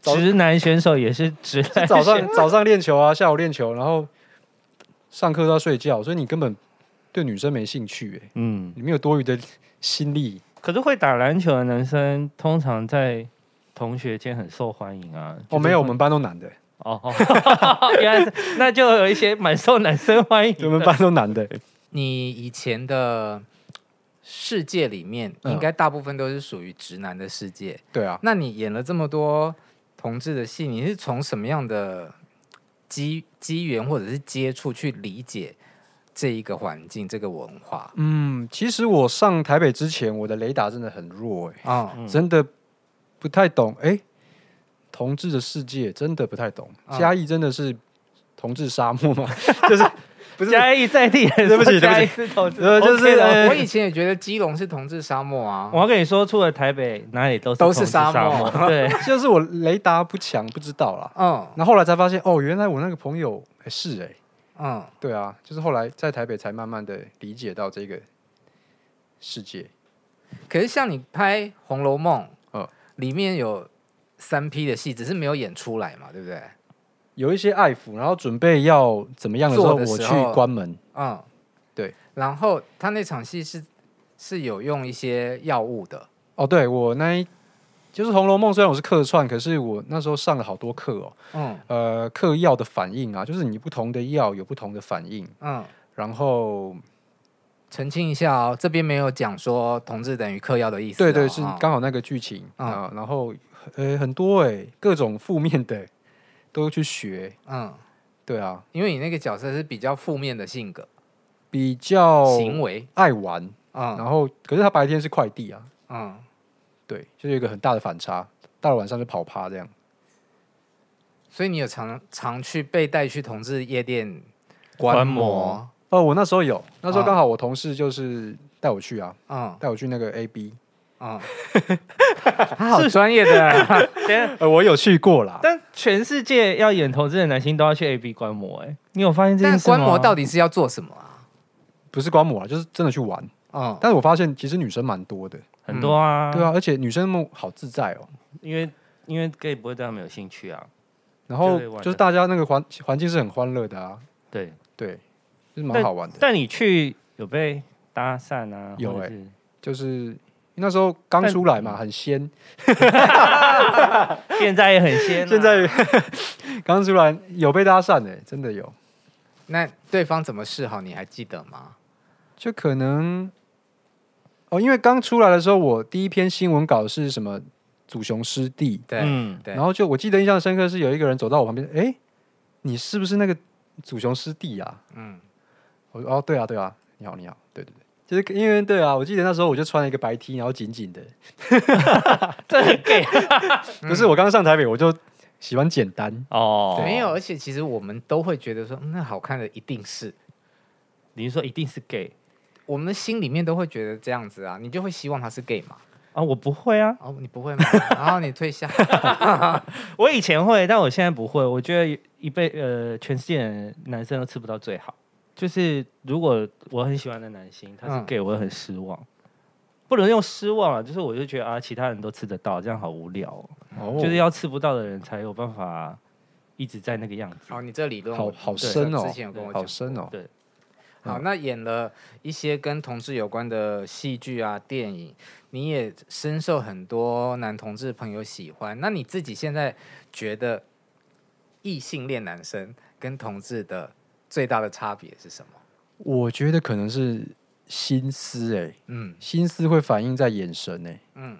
[SPEAKER 1] 早
[SPEAKER 5] 直男选手也是直
[SPEAKER 1] 是
[SPEAKER 5] 男，
[SPEAKER 1] 早上早上练球啊，下午练球，然后上课都要睡觉，所以你根本对女生没兴趣、哎，
[SPEAKER 5] 嗯，
[SPEAKER 1] 你没有多余的心力。
[SPEAKER 5] 可是会打篮球的男生通常在同学间很受欢迎啊。
[SPEAKER 1] 哦，没有，我们班都男的、
[SPEAKER 5] 哦， 原来是那就有一些蛮受男生欢迎
[SPEAKER 1] 我们
[SPEAKER 5] 的。
[SPEAKER 1] 班都男的、
[SPEAKER 2] 你以前的世界里面，
[SPEAKER 1] 嗯
[SPEAKER 2] 应该大部分都是属于直男的世界。
[SPEAKER 1] 对啊，
[SPEAKER 2] 那你演了这么多同志的戏，你是从什么样的机机缘或者是接触去理解这一个环境、这个文化？
[SPEAKER 1] 嗯，其实我上台北之前，我的雷达真的很弱、哎、
[SPEAKER 2] 哦，
[SPEAKER 5] 嗯
[SPEAKER 1] 真的不太懂，哎、同志的世界真的不太懂，
[SPEAKER 2] 嗯
[SPEAKER 1] 嘉义真的是同志沙漠吗？ 就是不是
[SPEAKER 5] 嘉义在地人，
[SPEAKER 1] 对不起对不起
[SPEAKER 5] 嘉义是投资，
[SPEAKER 1] 呃就是
[SPEAKER 5] OK 啦
[SPEAKER 1] 呃
[SPEAKER 2] 我以前也觉得基隆是同志沙漠啊
[SPEAKER 5] 我。要跟你说，除了台北，哪里都是
[SPEAKER 2] 都是
[SPEAKER 5] 同志
[SPEAKER 2] 沙
[SPEAKER 5] 沙
[SPEAKER 2] 漠
[SPEAKER 5] 对，
[SPEAKER 1] 就是我雷达不强，不知道啦。
[SPEAKER 2] 嗯
[SPEAKER 1] 那后来才发现，哦，原来我那个朋友、哎是哎、
[SPEAKER 2] 嗯，
[SPEAKER 1] 对啊，就是后来在台北才慢慢的理解到这个世界。
[SPEAKER 2] 可是像你拍《红楼梦》，
[SPEAKER 1] 嗯
[SPEAKER 2] 里面有三 P 的戏，只是没有演出来嘛，对不对？
[SPEAKER 1] 有一些爱抚，然后准备要怎么样的时候，
[SPEAKER 2] 做的
[SPEAKER 1] 我
[SPEAKER 2] 时
[SPEAKER 1] 去
[SPEAKER 2] 候
[SPEAKER 1] 关门。
[SPEAKER 2] 嗯，
[SPEAKER 1] 对。
[SPEAKER 2] 然后他那场戏是是有用一些药物的，
[SPEAKER 1] 哦，对我那一就是《红楼梦》，虽然我是客串，可是我那时候上了好多课哦。
[SPEAKER 2] 嗯
[SPEAKER 1] 呃，嗑药的反应啊，就是你不同的药有不同的反应，
[SPEAKER 2] 嗯。
[SPEAKER 1] 然后
[SPEAKER 2] 澄清一下哦，这边没有讲说同志等于嗑药的意思哦、
[SPEAKER 1] 对对是
[SPEAKER 2] 哦
[SPEAKER 1] 刚好那个剧情
[SPEAKER 2] 嗯
[SPEAKER 1] 啊、然后呃很多哎、各种负面的都去学，
[SPEAKER 2] 嗯，
[SPEAKER 1] 对啊，
[SPEAKER 2] 因为你那个角色是比较负面的性格、
[SPEAKER 1] 比较
[SPEAKER 2] 行为，
[SPEAKER 1] 爱玩，
[SPEAKER 2] 嗯
[SPEAKER 1] 然后可是他白天是快递啊，
[SPEAKER 2] 嗯，
[SPEAKER 1] 对，就是有一个很大的反差。到了晚上就跑趴这样，
[SPEAKER 2] 所以你有常常去被带去同志夜店
[SPEAKER 5] 观摩
[SPEAKER 2] 摩，
[SPEAKER 1] 哦，我那时候有，那时候
[SPEAKER 2] 啊
[SPEAKER 1] 刚好我同事就是带我去啊，
[SPEAKER 2] 嗯
[SPEAKER 1] 带我去那个 AB，
[SPEAKER 2] 嗯，他好专业的啊，
[SPEAKER 5] 等一下
[SPEAKER 1] 呃，我有去过啦，
[SPEAKER 5] 但全世界要演投资的男星都要去 A B 观摩、哎，你有发现这件
[SPEAKER 2] 但
[SPEAKER 5] 事吗？
[SPEAKER 2] 观摩到底是要做什么啊？
[SPEAKER 1] 不是观摩啊，就是真的去玩。
[SPEAKER 2] 嗯，
[SPEAKER 1] 但是我发现其实女生蛮多的，
[SPEAKER 5] 很多啊，
[SPEAKER 1] 对啊，，而且女生们好自在哦。
[SPEAKER 5] 因为因为 gay 不会对他们有兴趣啊，
[SPEAKER 1] 然后
[SPEAKER 5] 就可以玩
[SPEAKER 1] 就是
[SPEAKER 5] 的
[SPEAKER 1] 大家那个环环境是很欢乐的啊，
[SPEAKER 5] 对。
[SPEAKER 1] 对，就是蛮好玩的。
[SPEAKER 5] 但你去有被搭讪啊？
[SPEAKER 1] 有
[SPEAKER 5] 或者
[SPEAKER 1] 哎
[SPEAKER 5] 是
[SPEAKER 1] 就是那时候刚
[SPEAKER 5] 但
[SPEAKER 1] 出来嘛，很鲜，
[SPEAKER 2] 欸
[SPEAKER 5] 现在也很 鲜啊、
[SPEAKER 1] 现在 刚出来有被搭讪的、欸真的有。
[SPEAKER 2] 那对方怎么示好，你还记得吗？
[SPEAKER 1] 就可能哦，因为刚出来的时候，我第一篇新闻稿是什么祖雄师弟，
[SPEAKER 2] 对，
[SPEAKER 5] 嗯
[SPEAKER 2] 对，
[SPEAKER 1] 然后就我记得印象深刻是有一个人走到我旁边，哎，你是不是那个祖雄师弟啊？
[SPEAKER 2] 嗯，
[SPEAKER 1] 我说哦，对啊，对啊，你好，你好，对对对。就是因为对啊，我记得那时候我就穿了一个白 T，然后紧紧的。
[SPEAKER 5] 这很 gay
[SPEAKER 1] 不是我刚上台北，我就喜欢简单。
[SPEAKER 5] 哦，
[SPEAKER 2] 没有，而且其实我们都会觉得说，嗯那好看的一定是，
[SPEAKER 5] 你是说一定是 gay
[SPEAKER 2] 我们的心里面都会觉得这样子啊，你就会希望他是 gay 嘛。
[SPEAKER 5] 啊？我不会啊，
[SPEAKER 2] 哦，你不会吗？然后你退下，
[SPEAKER 5] 我以前会，但我现在不会。我觉得一辈呃，全世界的男生都吃不到最好。就是如果我很喜欢的男星他是
[SPEAKER 2] 嗯
[SPEAKER 5] gay，我会很失望。不能用失望啊，就是我就觉得啊，其他人都吃得到，这样好无聊、哦。
[SPEAKER 1] 哦
[SPEAKER 5] 就是要吃不到的人才有办法一直在那个样子。
[SPEAKER 1] 啊
[SPEAKER 2] 好，你这理论
[SPEAKER 1] 好
[SPEAKER 2] 我
[SPEAKER 1] 好
[SPEAKER 2] 对
[SPEAKER 1] 深哦
[SPEAKER 2] 之前有跟我
[SPEAKER 1] 好
[SPEAKER 2] 讲。
[SPEAKER 1] 深哦。
[SPEAKER 5] 对，
[SPEAKER 2] 好，那演了一些跟同志有关的戏剧啊、电影，你也深受很多男同志朋友喜欢。那你自己现在觉得异性恋男生跟同志的最大的差别是什么？
[SPEAKER 1] 我觉得可能是心思哎、
[SPEAKER 2] 嗯
[SPEAKER 1] 心思会反映在眼神呢、
[SPEAKER 2] 嗯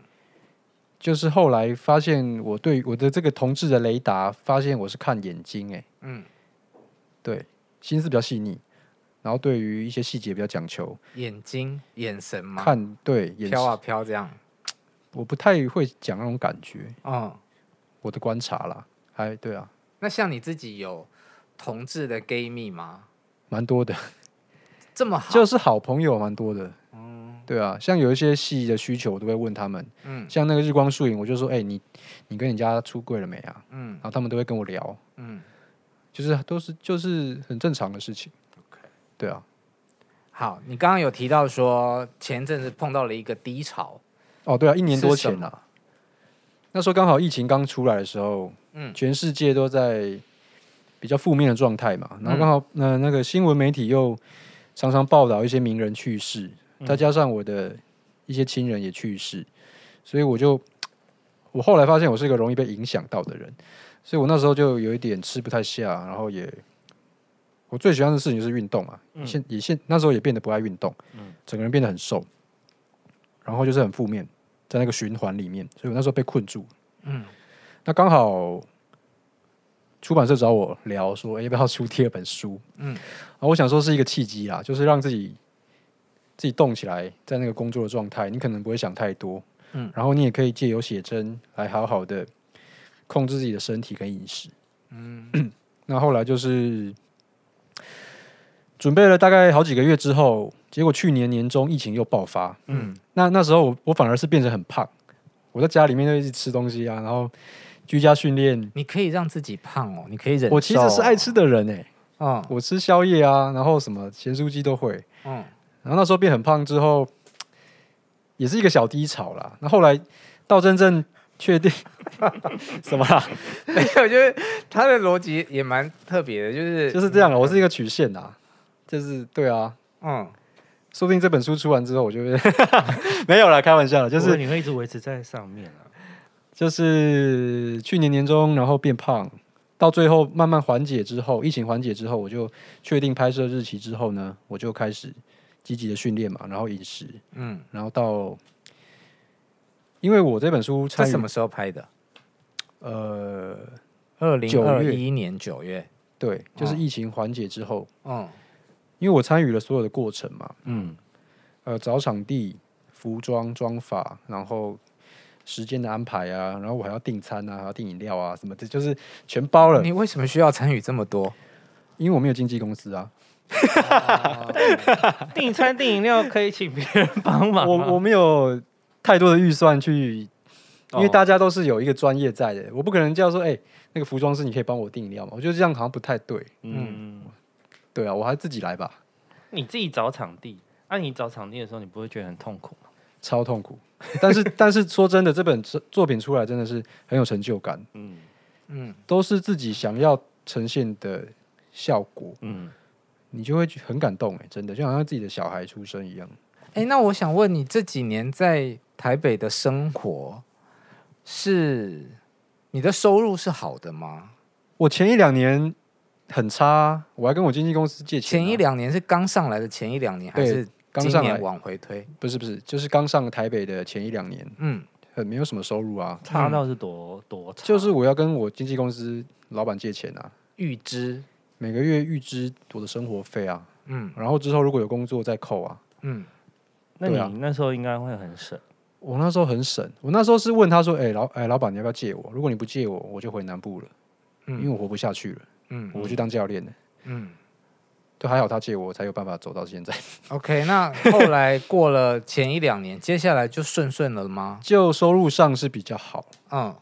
[SPEAKER 1] 就是后来发现我对我的这个同志的雷达，发现我是看眼睛哎、
[SPEAKER 2] 嗯，
[SPEAKER 1] 对，心思比较细腻，然后对于一些细节比较讲求，
[SPEAKER 2] 眼睛、眼神嘛，
[SPEAKER 1] 看对眼
[SPEAKER 2] 飘
[SPEAKER 1] 神，
[SPEAKER 2] 啊飘这样。
[SPEAKER 1] 我不太会讲那种感觉，
[SPEAKER 2] 嗯，
[SPEAKER 1] 我的观察啦，还对啊，
[SPEAKER 2] 那像你自己有同志的 gay 蜜吗？
[SPEAKER 1] 蛮多的，
[SPEAKER 2] 这么好，
[SPEAKER 1] 就是好朋友蛮多的，对啊，像有一些戏的需求，我都会问他们，
[SPEAKER 2] 嗯
[SPEAKER 1] 像那个日光树影，我就说，哎、你你跟你家出柜了没啊？
[SPEAKER 2] 嗯
[SPEAKER 1] 然后他们都会跟我聊，
[SPEAKER 2] 嗯，
[SPEAKER 1] 就是都是就是很正常的事情。对啊，
[SPEAKER 2] 好，你刚刚有提到说前阵子碰到了一个低潮，
[SPEAKER 1] 哦对啊，一年多
[SPEAKER 2] 是
[SPEAKER 1] 前
[SPEAKER 2] 什
[SPEAKER 1] 啦、那时候刚好疫情刚出来的时候，
[SPEAKER 2] 嗯
[SPEAKER 1] 全世界都在比较负面的状态嘛，然后刚好那、那个新闻媒体又常常报道一些名人去世，再加上我的一些亲人也去世，所以我就我后来发现我是一个容易被影响到的人，所以我那时候就有一点吃不太下，然后也我最喜欢的事情就是运动嘛，啊现也现那时候也变得不爱运动，整个人变得很瘦，然后就是很负面，在那个循环里面，所以我那时候被困住。
[SPEAKER 2] 嗯，
[SPEAKER 1] 那刚好出版社找我聊说，哎、要不要出第二本书？嗯，
[SPEAKER 2] 嗯
[SPEAKER 1] 然后我想说是一个契机啦，就是让自己自己动起来，在那个工作的状态，你可能不会想太多，
[SPEAKER 2] 嗯
[SPEAKER 1] 嗯，然后你也可以借由写真来好好的控制自己的身体跟饮食，嗯， 那后来就是准备了大概好几个月之后，结果去年年中疫情又爆发，
[SPEAKER 2] 嗯
[SPEAKER 1] 嗯，那那时候我我反而是变成很胖，我在家里面就一直吃东西啊，然后居家训练。
[SPEAKER 2] 你可以让自己胖哦，你可以忍受哦、
[SPEAKER 1] 我其实是爱吃的人哎、
[SPEAKER 2] 嗯，
[SPEAKER 1] 我吃宵夜啊，然后什么咸酥鸡都会。
[SPEAKER 2] 嗯
[SPEAKER 1] 然后那时候变很胖之后，也是一个小低潮啦。那后来到真正确定什么啦，
[SPEAKER 2] 我觉得他的逻辑也蛮特别的，就是
[SPEAKER 1] 就是这样了。我是一个曲线啊，就是对啊，
[SPEAKER 2] 嗯，
[SPEAKER 1] 说不定这本书出完之后，我就 会没有了，开玩笑了，就
[SPEAKER 5] 不过
[SPEAKER 1] 是
[SPEAKER 5] 你会一直维持在上面 啊。
[SPEAKER 1] 就是去年年中，然后变胖，到最后慢慢缓解之后，疫情缓解之后，我就确定拍摄日期之后呢，我就开始积极的训练嘛，然后饮食，
[SPEAKER 2] 嗯，
[SPEAKER 1] 然后到，因为我这本书
[SPEAKER 2] 这
[SPEAKER 1] 参与
[SPEAKER 2] 什么时候拍的？
[SPEAKER 1] 呃，
[SPEAKER 2] 二零二
[SPEAKER 1] 月
[SPEAKER 2] 一年九月。
[SPEAKER 1] 对，就是
[SPEAKER 2] 哦
[SPEAKER 1] 疫情缓解之后，
[SPEAKER 2] 嗯
[SPEAKER 1] 因为我参与了所有的过程嘛，
[SPEAKER 5] 嗯，
[SPEAKER 1] 呃，找场地、服装、装法，然后时间的安排啊，然后我还要订餐啊，还要订饮料啊什么的，就是全包了。
[SPEAKER 2] 你为什么需要参与这么多？
[SPEAKER 1] 因为我没有经纪公司 啊，
[SPEAKER 5] 订餐订饮料可以请别人帮 忙吗。
[SPEAKER 1] 我我没有太多的预算去，因为
[SPEAKER 5] 哦
[SPEAKER 1] 大家都是有一个专业在的，我不可能叫说，哎、那个服装师你可以帮我订饮料嘛？我觉得这样好像不太对。
[SPEAKER 5] 嗯，
[SPEAKER 1] 对啊，我还是自己来吧，
[SPEAKER 5] 你自己找场地，啊，你找场地的时候，你不会觉得很痛苦
[SPEAKER 1] 嗯
[SPEAKER 5] 吗？
[SPEAKER 1] 超痛 苦。但是但是说真的，这本作作品出来真的是很有成就感，
[SPEAKER 5] 嗯
[SPEAKER 2] 嗯，
[SPEAKER 1] 都是自己想要呈现的效果，
[SPEAKER 5] 嗯，
[SPEAKER 1] 你就会很感动哎、真的就好像自己的小孩出生一样。
[SPEAKER 2] 哎、那我想问你，这几年在台北的生活是你的收入是好的吗？
[SPEAKER 1] 我前一两年很差啊、我还跟我经纪公司借钱啊、
[SPEAKER 2] 前一两年是刚上来的前一两年，还
[SPEAKER 1] 对
[SPEAKER 2] 是
[SPEAKER 1] 刚
[SPEAKER 2] 今
[SPEAKER 1] 上来
[SPEAKER 2] 年往回推？
[SPEAKER 1] 不是不是，就是刚上台北的前一两年，
[SPEAKER 2] 嗯，
[SPEAKER 1] 很没有什么收入啊。
[SPEAKER 5] 差到是多多差，
[SPEAKER 1] 就是我要跟我经纪公司老板借钱啊，
[SPEAKER 2] 预支，
[SPEAKER 1] 每个月预支我的生活费啊，
[SPEAKER 2] 嗯
[SPEAKER 1] 然后之后如果有工作再扣啊。
[SPEAKER 2] 嗯，
[SPEAKER 5] 那
[SPEAKER 1] 对啊
[SPEAKER 5] 你那时候应该会很省。
[SPEAKER 1] 我那时候很省，我那时候是问他说：“哎、老哎、老板，你要不要借我？如果你不借我，我就回南部了，
[SPEAKER 2] 嗯
[SPEAKER 1] 因为我活不下去了，
[SPEAKER 2] 嗯
[SPEAKER 1] 我去当教练了。
[SPEAKER 2] 嗯
[SPEAKER 1] 就还好他借我，我才有办法走到现在。
[SPEAKER 2] ，OK，那后来过了前一两年，接下来就顺顺了吗？
[SPEAKER 1] 就收入上是比较好，
[SPEAKER 2] 嗯，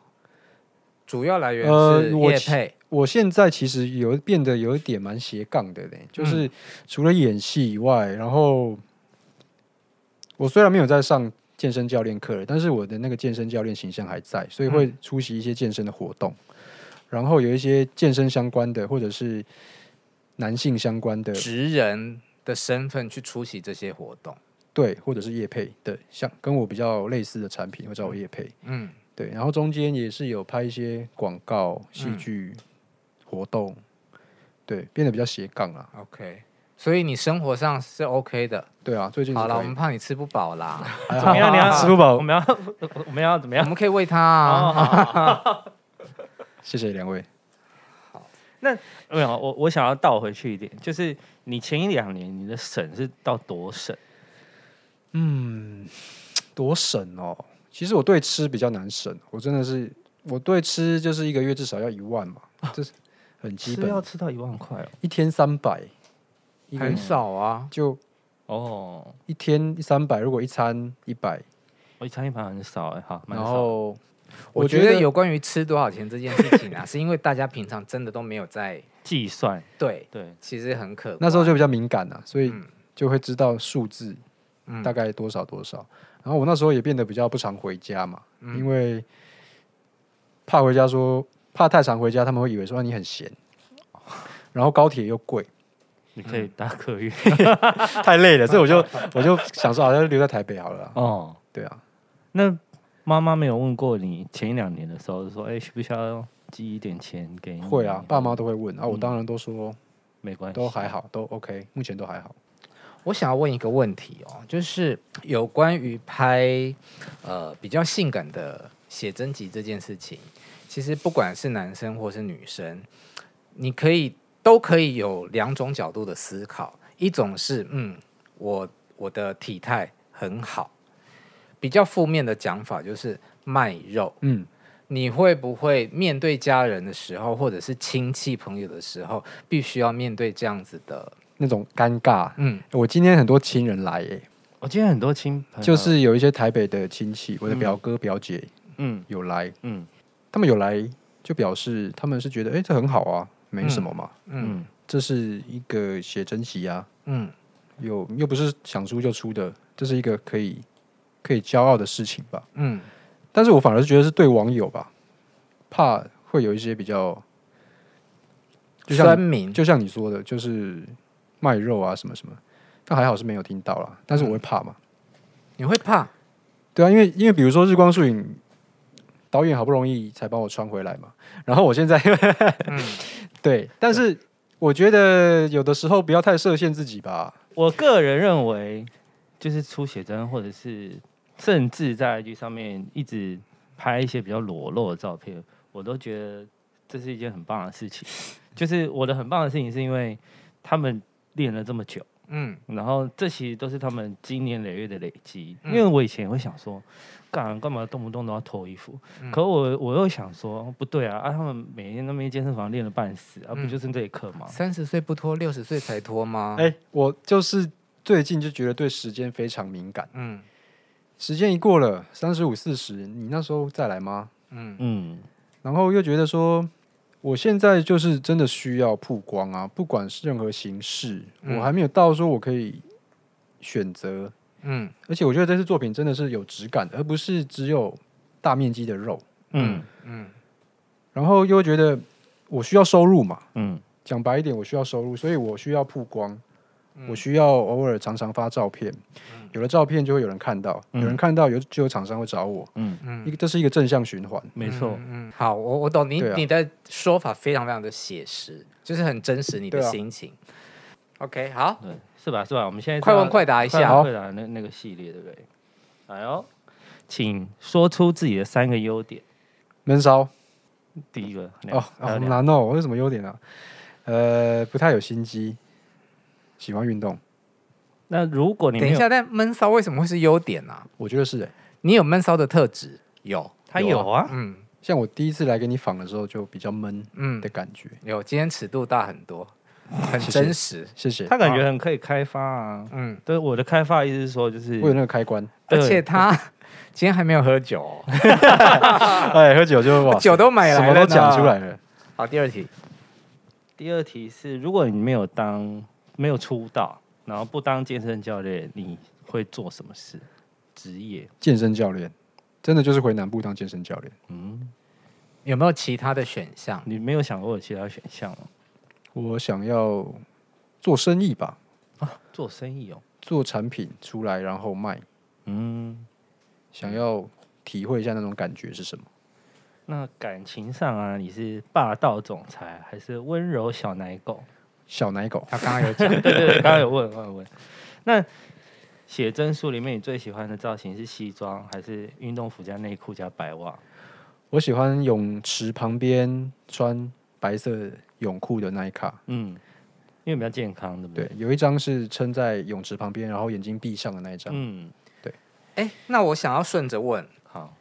[SPEAKER 2] 主要来源
[SPEAKER 1] 呃
[SPEAKER 2] 是
[SPEAKER 1] 我
[SPEAKER 2] 业
[SPEAKER 1] 其
[SPEAKER 2] 配，
[SPEAKER 1] 我现在其实有变得有一点蛮斜杠的嘞，就是除了演戏以外，然后我虽然没有在上健身教练课了，但是我的那个健身教练形象还在，所以会出席一些健身的活动，然后有一些健身相关的或者是男性相关的
[SPEAKER 2] 职人的身份去出席这些活动。
[SPEAKER 1] 对，或者是业配的，像跟我比较类似的产品会找我业配，
[SPEAKER 2] 嗯
[SPEAKER 1] 对，然后中间也是有拍一些广告、戏
[SPEAKER 2] 嗯
[SPEAKER 1] 剧、活动，对，变得比较斜杠啦。
[SPEAKER 2] ，OK，所以你生活上是 OK 的。
[SPEAKER 1] 对啊，最近是
[SPEAKER 2] 好了，
[SPEAKER 1] 可
[SPEAKER 2] 我
[SPEAKER 1] 以
[SPEAKER 2] 们怕你吃不饱啦，
[SPEAKER 1] 还
[SPEAKER 5] 怎么样？你要
[SPEAKER 1] 吃不饱
[SPEAKER 5] 我们要 我们要怎么
[SPEAKER 1] 哎
[SPEAKER 2] 我
[SPEAKER 5] 样？
[SPEAKER 2] 们可以喂它
[SPEAKER 1] 哦
[SPEAKER 2] 啊。
[SPEAKER 1] 谢谢两位。
[SPEAKER 5] 没有，我我想要倒回去一点，就是你前一两年你的省是到多省？
[SPEAKER 1] 嗯，多省哦。其实我对吃比较难省，我真的是我对吃就是一个月至少要一万 嘛，这是很基
[SPEAKER 5] 是要
[SPEAKER 1] 本，
[SPEAKER 5] 吃到一万块哦。
[SPEAKER 1] 一天三百，一个
[SPEAKER 2] 很少啊，
[SPEAKER 1] 就
[SPEAKER 5] 哦，
[SPEAKER 1] 一天三百，如果一餐一百，
[SPEAKER 5] 我一餐一盘很少哎，哈，蛮
[SPEAKER 1] 然
[SPEAKER 5] 少。
[SPEAKER 1] 后
[SPEAKER 2] 我
[SPEAKER 1] 哎觉
[SPEAKER 2] 觉得有关于吃多少钱这件事情啊，是因为大家平常真的都没有在
[SPEAKER 5] 计算
[SPEAKER 2] 对，
[SPEAKER 1] 嗯
[SPEAKER 5] 对，
[SPEAKER 2] 其实很可观。
[SPEAKER 1] 那时候就比较敏感了、啊所以
[SPEAKER 2] 嗯
[SPEAKER 1] 就会知道数字
[SPEAKER 2] 嗯
[SPEAKER 1] 大概多少多少。然后我那时候也变得比较不常回家嘛，
[SPEAKER 2] 嗯
[SPEAKER 1] 因为怕回家说怕太常回家，他们会以为说、啊、你很闲。然后高铁又 贵，
[SPEAKER 5] 你可以搭 客运
[SPEAKER 1] 太累了，所以我就我就想说，好像留在台北好了啊、
[SPEAKER 5] 哦。
[SPEAKER 1] 对啊，
[SPEAKER 5] 那妈妈没有问过你前一两年的时候说，哎，需不需要寄一点钱给你？
[SPEAKER 1] 会啊，爸妈都会问啊，我
[SPEAKER 5] 嗯
[SPEAKER 1] 当然都说
[SPEAKER 5] 没
[SPEAKER 2] 嗯
[SPEAKER 5] 关系，
[SPEAKER 1] 都还好，都 OK，目前都还好。
[SPEAKER 2] 我想要问一个问题哦，就是有关于拍呃比较性感的写真集这件事情，其实不管是男生或是女生，你可以都可以有两种角度的思考，一种是嗯，我我的体态很好，比较负面的讲法就是卖肉，
[SPEAKER 1] 嗯，
[SPEAKER 2] 你会不会面对家人的时候，或者是亲戚朋友的时候，必须要面对这样子的
[SPEAKER 1] 那种尴尬，
[SPEAKER 2] 嗯
[SPEAKER 1] 我今天很多亲人来耶，
[SPEAKER 5] 我今天很多亲朋友啊
[SPEAKER 1] 就是有一些台北的亲戚，我的表哥表姐
[SPEAKER 5] 嗯
[SPEAKER 1] 有来，
[SPEAKER 5] 嗯
[SPEAKER 1] 他们有来就表示他们是觉得，哎、这很好啊，没什么嘛，
[SPEAKER 2] 嗯
[SPEAKER 5] 嗯
[SPEAKER 1] 这是一个写真集啊，
[SPEAKER 2] 嗯
[SPEAKER 1] 有又不是想出就出的，这是一个可以可以骄傲的事情吧。
[SPEAKER 2] 嗯
[SPEAKER 1] 但是我反而是觉得是对网友吧，怕会有一些比较，就
[SPEAKER 2] 酸
[SPEAKER 1] 像
[SPEAKER 2] 民
[SPEAKER 1] 就像你说的，就是卖肉啊什么什么，但还好是没有听到啦，但
[SPEAKER 2] 嗯
[SPEAKER 1] 是我会怕嘛，
[SPEAKER 2] 你会怕，
[SPEAKER 1] 对啊，因为因为比如说日光树影导演好不容易才帮我穿回来嘛，然后我现在对，但是我觉得有的时候不要太设限自己吧。
[SPEAKER 5] 我个人认为，就是出写真或者是甚至在 IG 上面一直拍一些比较裸露的照片，我都觉得这是一件很棒的事情。就是我的很棒的事情，是因为他们练了这么久，
[SPEAKER 2] 嗯，
[SPEAKER 5] 然后这其实都是他们经年累月的累积。
[SPEAKER 2] 嗯
[SPEAKER 5] 因为我以前也会想说，干干嘛动不动都要脱衣服？
[SPEAKER 2] 嗯
[SPEAKER 5] 可我我又想说，不对啊，啊他们每天那边健身房练了半死，啊不
[SPEAKER 2] 嗯
[SPEAKER 5] 就是这一刻吗？
[SPEAKER 2] 三十岁不脱，六十岁才脱吗？
[SPEAKER 5] 哎
[SPEAKER 1] 我就是最近就觉得对时间非常敏感，
[SPEAKER 2] 嗯
[SPEAKER 1] 时间一过了三十五、四十，你那时候再来吗？
[SPEAKER 2] 嗯
[SPEAKER 5] 嗯，
[SPEAKER 1] 然后又觉得说，我现在就是真的需要曝光啊，不管是任何形式，
[SPEAKER 2] 嗯
[SPEAKER 1] 我还没有到说我可以选择。
[SPEAKER 2] 嗯
[SPEAKER 1] 而且我觉得这次作品真的是有质感的，而不是只有大面积的肉。
[SPEAKER 5] 嗯
[SPEAKER 2] 嗯
[SPEAKER 1] 然后又觉得我需要收入嘛，
[SPEAKER 5] 嗯
[SPEAKER 1] 讲白一点，我需要收入，所以我需要曝光，
[SPEAKER 2] 嗯
[SPEAKER 1] 我需要偶尔常常发照片，有了照片就会有人看到，
[SPEAKER 5] 嗯
[SPEAKER 1] 有人看到有就有厂商会找我，
[SPEAKER 5] 嗯，
[SPEAKER 1] 一
[SPEAKER 2] 嗯，
[SPEAKER 1] 个这是一个正向循环。
[SPEAKER 5] 没错，
[SPEAKER 2] 嗯，好，我我懂你、
[SPEAKER 1] 对啊
[SPEAKER 2] 你的说法非常非常的写实，就是很真实你的
[SPEAKER 1] 对啊
[SPEAKER 2] 心情。OK，好，
[SPEAKER 5] 对，是吧是吧？我们现在
[SPEAKER 2] 快问快答一
[SPEAKER 5] 快
[SPEAKER 2] 下。
[SPEAKER 5] 问快答那那个系列对不对？哎呦，请说出自己的三个优点。
[SPEAKER 1] 闷骚
[SPEAKER 5] 第一个两
[SPEAKER 1] 哦，
[SPEAKER 5] 还有
[SPEAKER 1] 好
[SPEAKER 5] 两
[SPEAKER 1] 难哦，我有什么优点啊？呃，不太有心机，喜欢运动，
[SPEAKER 5] 那如果你
[SPEAKER 2] 等
[SPEAKER 5] 没
[SPEAKER 2] 一
[SPEAKER 5] 有，
[SPEAKER 2] 下，但闷骚为什么会是优点呢、啊？
[SPEAKER 1] 我觉得是、欸。
[SPEAKER 2] 你有闷骚的特质？有，
[SPEAKER 5] 他有啊，
[SPEAKER 2] 嗯
[SPEAKER 1] 像我第一次来给你访的时候，就比较闷
[SPEAKER 2] 嗯
[SPEAKER 1] 的，感觉。
[SPEAKER 2] 有。今天尺度大很多，很
[SPEAKER 1] 谢谢
[SPEAKER 2] 真实。
[SPEAKER 1] 谢谢，
[SPEAKER 5] 他感觉很可以开发啊。
[SPEAKER 2] 嗯，
[SPEAKER 5] 对，我的开发意思是说，就是
[SPEAKER 1] 我有那个开关，
[SPEAKER 2] 而
[SPEAKER 5] 对
[SPEAKER 2] 且他 今天还没有喝酒哦、
[SPEAKER 1] 哎，喝酒就哇塞
[SPEAKER 2] 酒都买来
[SPEAKER 1] 什
[SPEAKER 2] 了
[SPEAKER 1] 么都讲出
[SPEAKER 2] 呢
[SPEAKER 1] 来了。
[SPEAKER 2] 好，第二题。
[SPEAKER 5] 第二题是，如果你没有当没有出道，然后不当健身教练，你会做什么事？职业？
[SPEAKER 1] 健身教练真的就是回南部当健身教练。
[SPEAKER 5] 嗯，
[SPEAKER 2] 有没有其他的选项？
[SPEAKER 5] 你没有想过有其他选项吗？
[SPEAKER 1] 我想要做生意吧，
[SPEAKER 5] 做生意哦。
[SPEAKER 1] 做产品出来然后卖，
[SPEAKER 5] 嗯，
[SPEAKER 1] 想要体会一下那种感觉是什么。
[SPEAKER 5] 那感情上啊，你是霸道总裁还是温柔小奶狗？
[SPEAKER 1] 小奶狗，
[SPEAKER 2] 他刚刚有讲，
[SPEAKER 5] 对对对，刚刚有问，刚刚有问。那写真书里面，你最喜欢的造型是西装还是运动服加内裤加白袜？
[SPEAKER 1] 我喜欢泳池旁边穿白色泳裤的那一卡。
[SPEAKER 5] 嗯，因为比较健康，对不
[SPEAKER 1] 对？，有一张是撑在泳池旁边，然后眼睛闭上的那一张。
[SPEAKER 5] 嗯，
[SPEAKER 2] 哎、那我想要顺着问，
[SPEAKER 5] 好，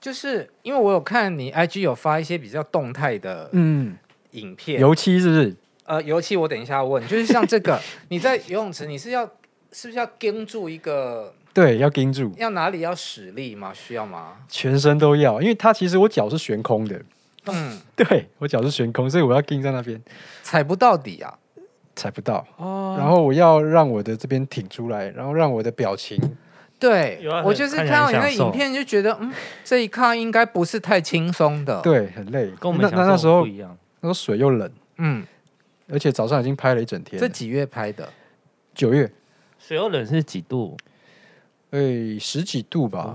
[SPEAKER 2] 就是因为我有看你 IG 有发一些比较动态的
[SPEAKER 1] 嗯，
[SPEAKER 2] 影片，
[SPEAKER 1] 油漆是不是？
[SPEAKER 2] 呃，尤其我等一下问，就是像这个，你在游泳池你是要是不是要盯住一个，
[SPEAKER 1] 对，要盯住，
[SPEAKER 2] 要哪里要使力吗？需要吗？
[SPEAKER 1] 全身都要，因为它其实我脚是悬空的，
[SPEAKER 2] 嗯，
[SPEAKER 1] 对我脚是悬空，所以我要盯在那边
[SPEAKER 2] 踩不到底啊。
[SPEAKER 1] 踩不到。
[SPEAKER 2] 哦，
[SPEAKER 1] 然后我要让我的这边挺出来，然后让我的表情
[SPEAKER 2] 对
[SPEAKER 5] 有啊，
[SPEAKER 2] 我
[SPEAKER 5] 很
[SPEAKER 2] 就是
[SPEAKER 5] 看
[SPEAKER 2] 看到
[SPEAKER 5] 起来
[SPEAKER 2] 你
[SPEAKER 5] 很
[SPEAKER 2] 那
[SPEAKER 5] 享
[SPEAKER 2] 影
[SPEAKER 5] 受
[SPEAKER 2] 片就觉得，嗯，这一看应该不是太轻松的。，
[SPEAKER 1] 对很累。
[SPEAKER 5] 哦跟我们
[SPEAKER 1] 那
[SPEAKER 5] 想
[SPEAKER 1] 那那
[SPEAKER 5] 象
[SPEAKER 1] 时候
[SPEAKER 5] 不一样。
[SPEAKER 1] 那时候水又冷，
[SPEAKER 2] 嗯，
[SPEAKER 1] 而且早上已经拍了一整天
[SPEAKER 2] 这
[SPEAKER 1] 了。
[SPEAKER 2] 几月拍的？
[SPEAKER 1] 九月，
[SPEAKER 5] 水又冷是几度？
[SPEAKER 1] 哎，十几度吧，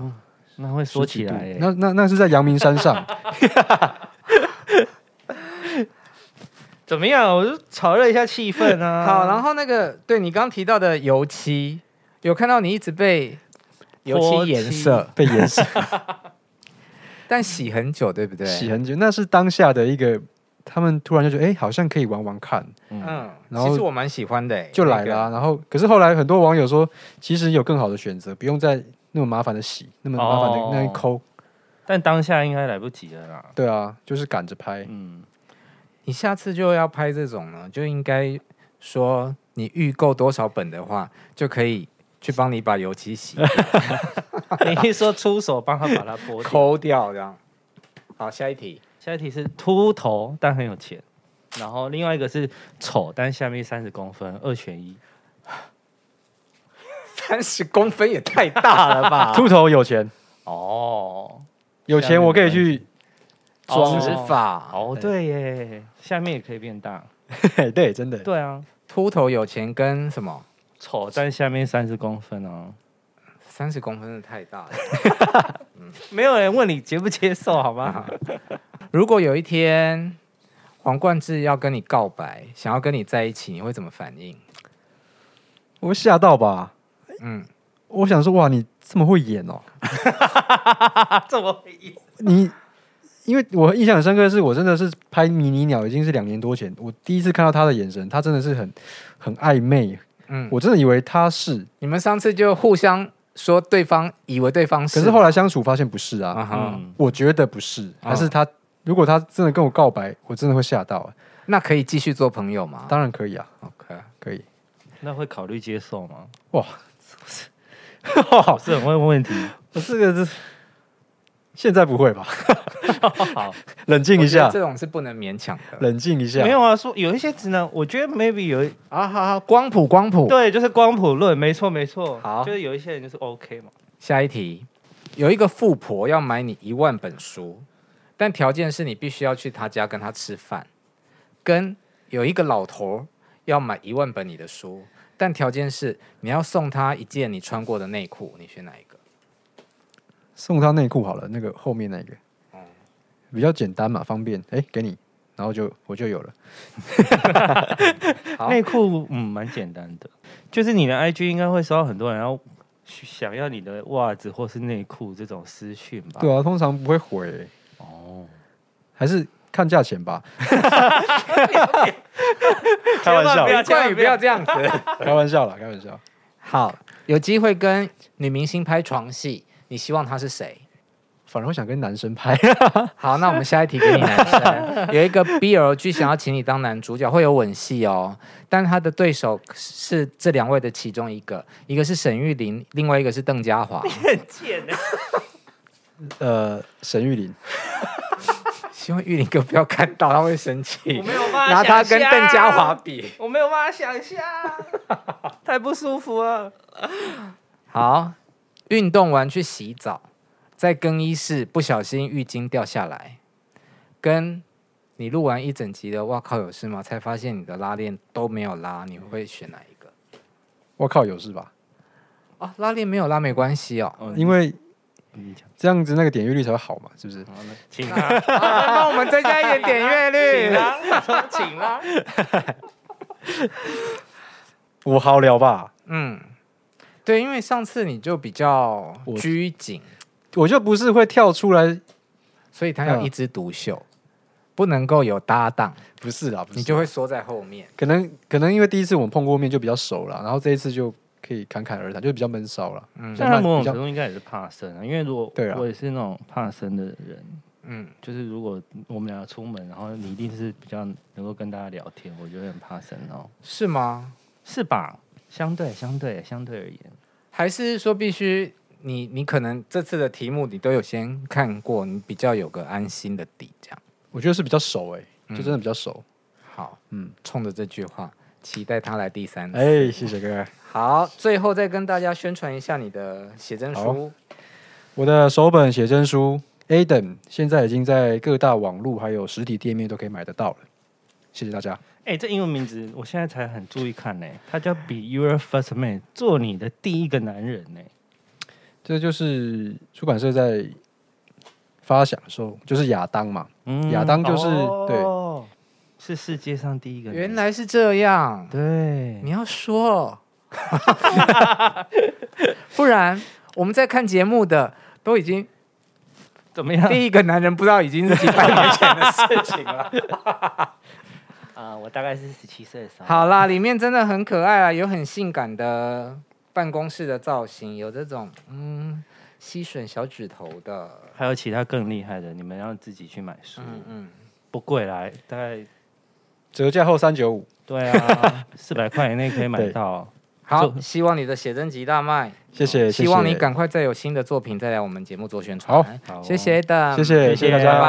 [SPEAKER 5] 那会
[SPEAKER 1] 十
[SPEAKER 5] 缩
[SPEAKER 1] 几
[SPEAKER 5] 起
[SPEAKER 1] 度
[SPEAKER 5] 来、欸。
[SPEAKER 1] 那那那是在阳明山 上，
[SPEAKER 5] 怎么样？我就炒热一下气氛 啊。
[SPEAKER 2] 好，然后那个对你刚提到的油漆，有看到你一直被油
[SPEAKER 5] 泼
[SPEAKER 2] 漆颜 色，
[SPEAKER 1] 啊被淹死，
[SPEAKER 2] 但洗很久，对不对？
[SPEAKER 1] 洗很久。那是当下的一个，他们突然就觉得，哎，好像可以玩玩看，
[SPEAKER 2] 嗯，
[SPEAKER 1] 然后
[SPEAKER 2] 其实我蛮喜欢的欸，
[SPEAKER 1] 就来了啊、然后，可是后来很多网友说，其实有更好的选择，不用再那么麻烦的洗，那么麻烦的那一
[SPEAKER 5] 哦
[SPEAKER 1] 抠。
[SPEAKER 5] 但当下应该来不及 了啦。
[SPEAKER 1] 对啊，就是赶着拍。
[SPEAKER 5] 嗯，
[SPEAKER 2] 你下次就要拍这种呢，就应该说你预购多少本的话，就可以去帮你把油漆 洗
[SPEAKER 5] 你一说出手帮他把它剥掉。
[SPEAKER 2] 抠掉，这样。好，下一题。
[SPEAKER 5] 下一题是秃头但很有钱，然后另外一个是丑但下面三十公分，二选一。
[SPEAKER 2] 三十公分也太大了
[SPEAKER 5] 啊
[SPEAKER 2] 吧！
[SPEAKER 1] 秃头有钱，
[SPEAKER 5] 哦，
[SPEAKER 1] 有钱我可以去
[SPEAKER 5] 装
[SPEAKER 2] 植
[SPEAKER 5] 哦
[SPEAKER 2] 发，
[SPEAKER 5] 哦，对耶，下面也可以变大。哦
[SPEAKER 1] 对，真的。
[SPEAKER 5] 对啊，
[SPEAKER 2] 秃头有钱跟什么？
[SPEAKER 5] 丑但下面三十公分哦。
[SPEAKER 2] 三十公分的太大了。
[SPEAKER 5] 没有人问你接不接受，好 吗？
[SPEAKER 2] 如果有一天黄冠志要跟你告白，想要跟你在一起，你会怎么反应？
[SPEAKER 1] 我吓到吧？
[SPEAKER 2] 嗯，
[SPEAKER 1] 我想说，哇，你这么会演哦！
[SPEAKER 5] 这么回应
[SPEAKER 1] 你，因为我印象很深刻的是，我真的是拍《迷你鸟》已经是两年多前，我第一次看到他的眼神，他真的是很很暧昧，
[SPEAKER 2] 嗯，啊
[SPEAKER 1] 我真的以为他是，
[SPEAKER 2] 你们上次就互相说对方以为对方是，
[SPEAKER 1] 可是后来相处发现不是啊，
[SPEAKER 2] 啊哈，
[SPEAKER 5] 嗯，
[SPEAKER 1] 我觉得不是，
[SPEAKER 2] 啊
[SPEAKER 1] 还是他。如果他真的跟我告白，我真的会吓到、啊。
[SPEAKER 2] 那可以继续做朋友吗
[SPEAKER 1] 当然可以啊，
[SPEAKER 2] ？OK，
[SPEAKER 1] 可以。
[SPEAKER 5] 那会考虑接受吗？
[SPEAKER 1] 哇，
[SPEAKER 5] 老师很会问问题。
[SPEAKER 1] 我这个是现在不会吧？
[SPEAKER 5] 好，
[SPEAKER 1] 冷静一
[SPEAKER 2] 我觉得
[SPEAKER 1] 下
[SPEAKER 2] 这，种是不能勉强的。
[SPEAKER 1] 冷静一下。
[SPEAKER 5] 没有啊，说有一些直男，我觉得 maybe 有一
[SPEAKER 2] 啊，好好，光谱光谱。
[SPEAKER 5] 对，就是光谱论，没错没错。
[SPEAKER 2] 好
[SPEAKER 5] 就是有一些人就是 OK 嘛。
[SPEAKER 2] 下一题，有一个富婆要买你一万本书，但条件是你必须要去她家跟她吃饭。跟有一个老头儿要买一万本你的书，但条件是你要送他一件你穿过的内裤，你选哪一个？
[SPEAKER 1] 送他内裤好了，那个后面那个，比较简单嘛，方便。哎、给你，然后就我就有了。
[SPEAKER 2] 好
[SPEAKER 5] 内裤嗯蛮简单的，就是你的 IG 应该会收到很多人要想要你的袜子或是内裤这种私讯吧？
[SPEAKER 1] 对啊，通常不会回、哦，还是看价钱吧。
[SPEAKER 5] 开玩笑
[SPEAKER 2] 林冠宇不要这样子。
[SPEAKER 1] 开玩笑啦，开玩笑。
[SPEAKER 2] 好，有机会跟女明星拍床戏，你希望她是谁？
[SPEAKER 1] 反而会想跟男生拍。
[SPEAKER 2] 好，那我们下一题 给你男生，有一个 BL g 想要请你当男主角，会有吻戏哦，但他的对手是这两位的其中一个，一个是沈玉琳，另外一个是邓家 华。
[SPEAKER 5] 很贱欸的。
[SPEAKER 1] 呃，沈玉琳，
[SPEAKER 2] 希望玉琳哥不要看到，他会生气
[SPEAKER 5] 我。没有办法
[SPEAKER 2] 拿他
[SPEAKER 5] 想
[SPEAKER 2] 跟
[SPEAKER 5] 象
[SPEAKER 2] 邓家华，比。
[SPEAKER 5] 我没有办法想 象，太不舒服了。
[SPEAKER 2] 好，运动完去洗澡，在更衣室不小心浴巾掉下来，跟你录完一整集的“哇靠有事吗”才发现你的拉链都没有拉，你会选哪一个？
[SPEAKER 1] 我靠，有事吧？
[SPEAKER 2] 哦，拉链没有拉没关系哦。
[SPEAKER 5] 哦
[SPEAKER 1] 因为
[SPEAKER 5] 你讲，
[SPEAKER 1] 这样子那个点阅率才会好嘛，是不是？
[SPEAKER 5] 请啦，
[SPEAKER 2] 啊帮我们增加一点点阅
[SPEAKER 5] 请
[SPEAKER 1] 啊
[SPEAKER 2] 率。
[SPEAKER 5] 啦， 请啊啦。
[SPEAKER 1] 我好聊吧，
[SPEAKER 2] 嗯，对，因为上次你就比较
[SPEAKER 1] 我
[SPEAKER 2] 拘谨，
[SPEAKER 1] 我就不是会跳出来，
[SPEAKER 2] 所以他要
[SPEAKER 1] 嗯
[SPEAKER 2] 一枝独秀，不能够有搭档，
[SPEAKER 1] 不是啦，不是。
[SPEAKER 2] 你就会缩在后面。
[SPEAKER 1] 可能可能因为第一次我们碰过面就比较熟了，然后这一次就可以侃侃而谈，就比较闷骚了。
[SPEAKER 2] 嗯
[SPEAKER 5] 但他某种程度应该也是怕生啊，因为如果
[SPEAKER 1] 对啊
[SPEAKER 5] 我也是那种怕生的人，
[SPEAKER 2] 嗯，
[SPEAKER 5] 就是如果我们两个出门，然后你一定是比较能够跟大家聊天，我就会很怕生哦，
[SPEAKER 2] 是吗？
[SPEAKER 5] 是吧？相对相对相对而言，
[SPEAKER 2] 还是说必须你你可能这次的题目你都有先看过，你比较有个安心的底，这样
[SPEAKER 1] 我觉得是比较熟哎、就真的比较熟。
[SPEAKER 2] 好。
[SPEAKER 1] 嗯，
[SPEAKER 2] 冲着这句话，期待他来第三次。
[SPEAKER 1] 哎、谢谢各位。
[SPEAKER 2] 好，最后再跟大家宣传一下你的写真书。
[SPEAKER 1] 我的首本写真书《Adam》现在已经在各大网络还有实体店面都可以买得到了，谢谢大家。
[SPEAKER 5] 哎、这英文名字我现在才很注意看呢、它叫 Be Your First Man，做你的第一个男人呢、
[SPEAKER 1] 这就是出版社在发想的时候，就是亚当嘛，
[SPEAKER 5] 嗯
[SPEAKER 1] 亚当就是
[SPEAKER 5] 哦、对，是世界上第一个男人。
[SPEAKER 2] 原来是这样，
[SPEAKER 5] 对
[SPEAKER 2] 你，要说，哦 不然我们在看节目的都已经
[SPEAKER 5] 怎么样
[SPEAKER 2] 第一个男人不知道已经是几百年前的事情了。
[SPEAKER 5] 啊、我大概是十七岁的时候。
[SPEAKER 2] 好啦，里面真的很可爱啊，有很性感的办公室的造型，有这种嗯吸吮小指头的，
[SPEAKER 5] 还有其他更厉害的，你们要自己去买书，
[SPEAKER 2] 嗯嗯，
[SPEAKER 5] 不贵啦，大概
[SPEAKER 1] 折价后三九五，
[SPEAKER 5] 对 啊，四百块以内可以买到。
[SPEAKER 2] 好，希望你的写真集大卖，
[SPEAKER 1] 谢谢，
[SPEAKER 2] 希望
[SPEAKER 1] 谢
[SPEAKER 2] 你
[SPEAKER 1] 谢
[SPEAKER 2] 赶快再有新的作品再来我们节目做宣传。
[SPEAKER 5] 好哦
[SPEAKER 2] 谢谢 Adam，
[SPEAKER 1] 谢谢谢谢大
[SPEAKER 5] 谢谢
[SPEAKER 1] 家，
[SPEAKER 2] 拜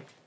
[SPEAKER 2] 拜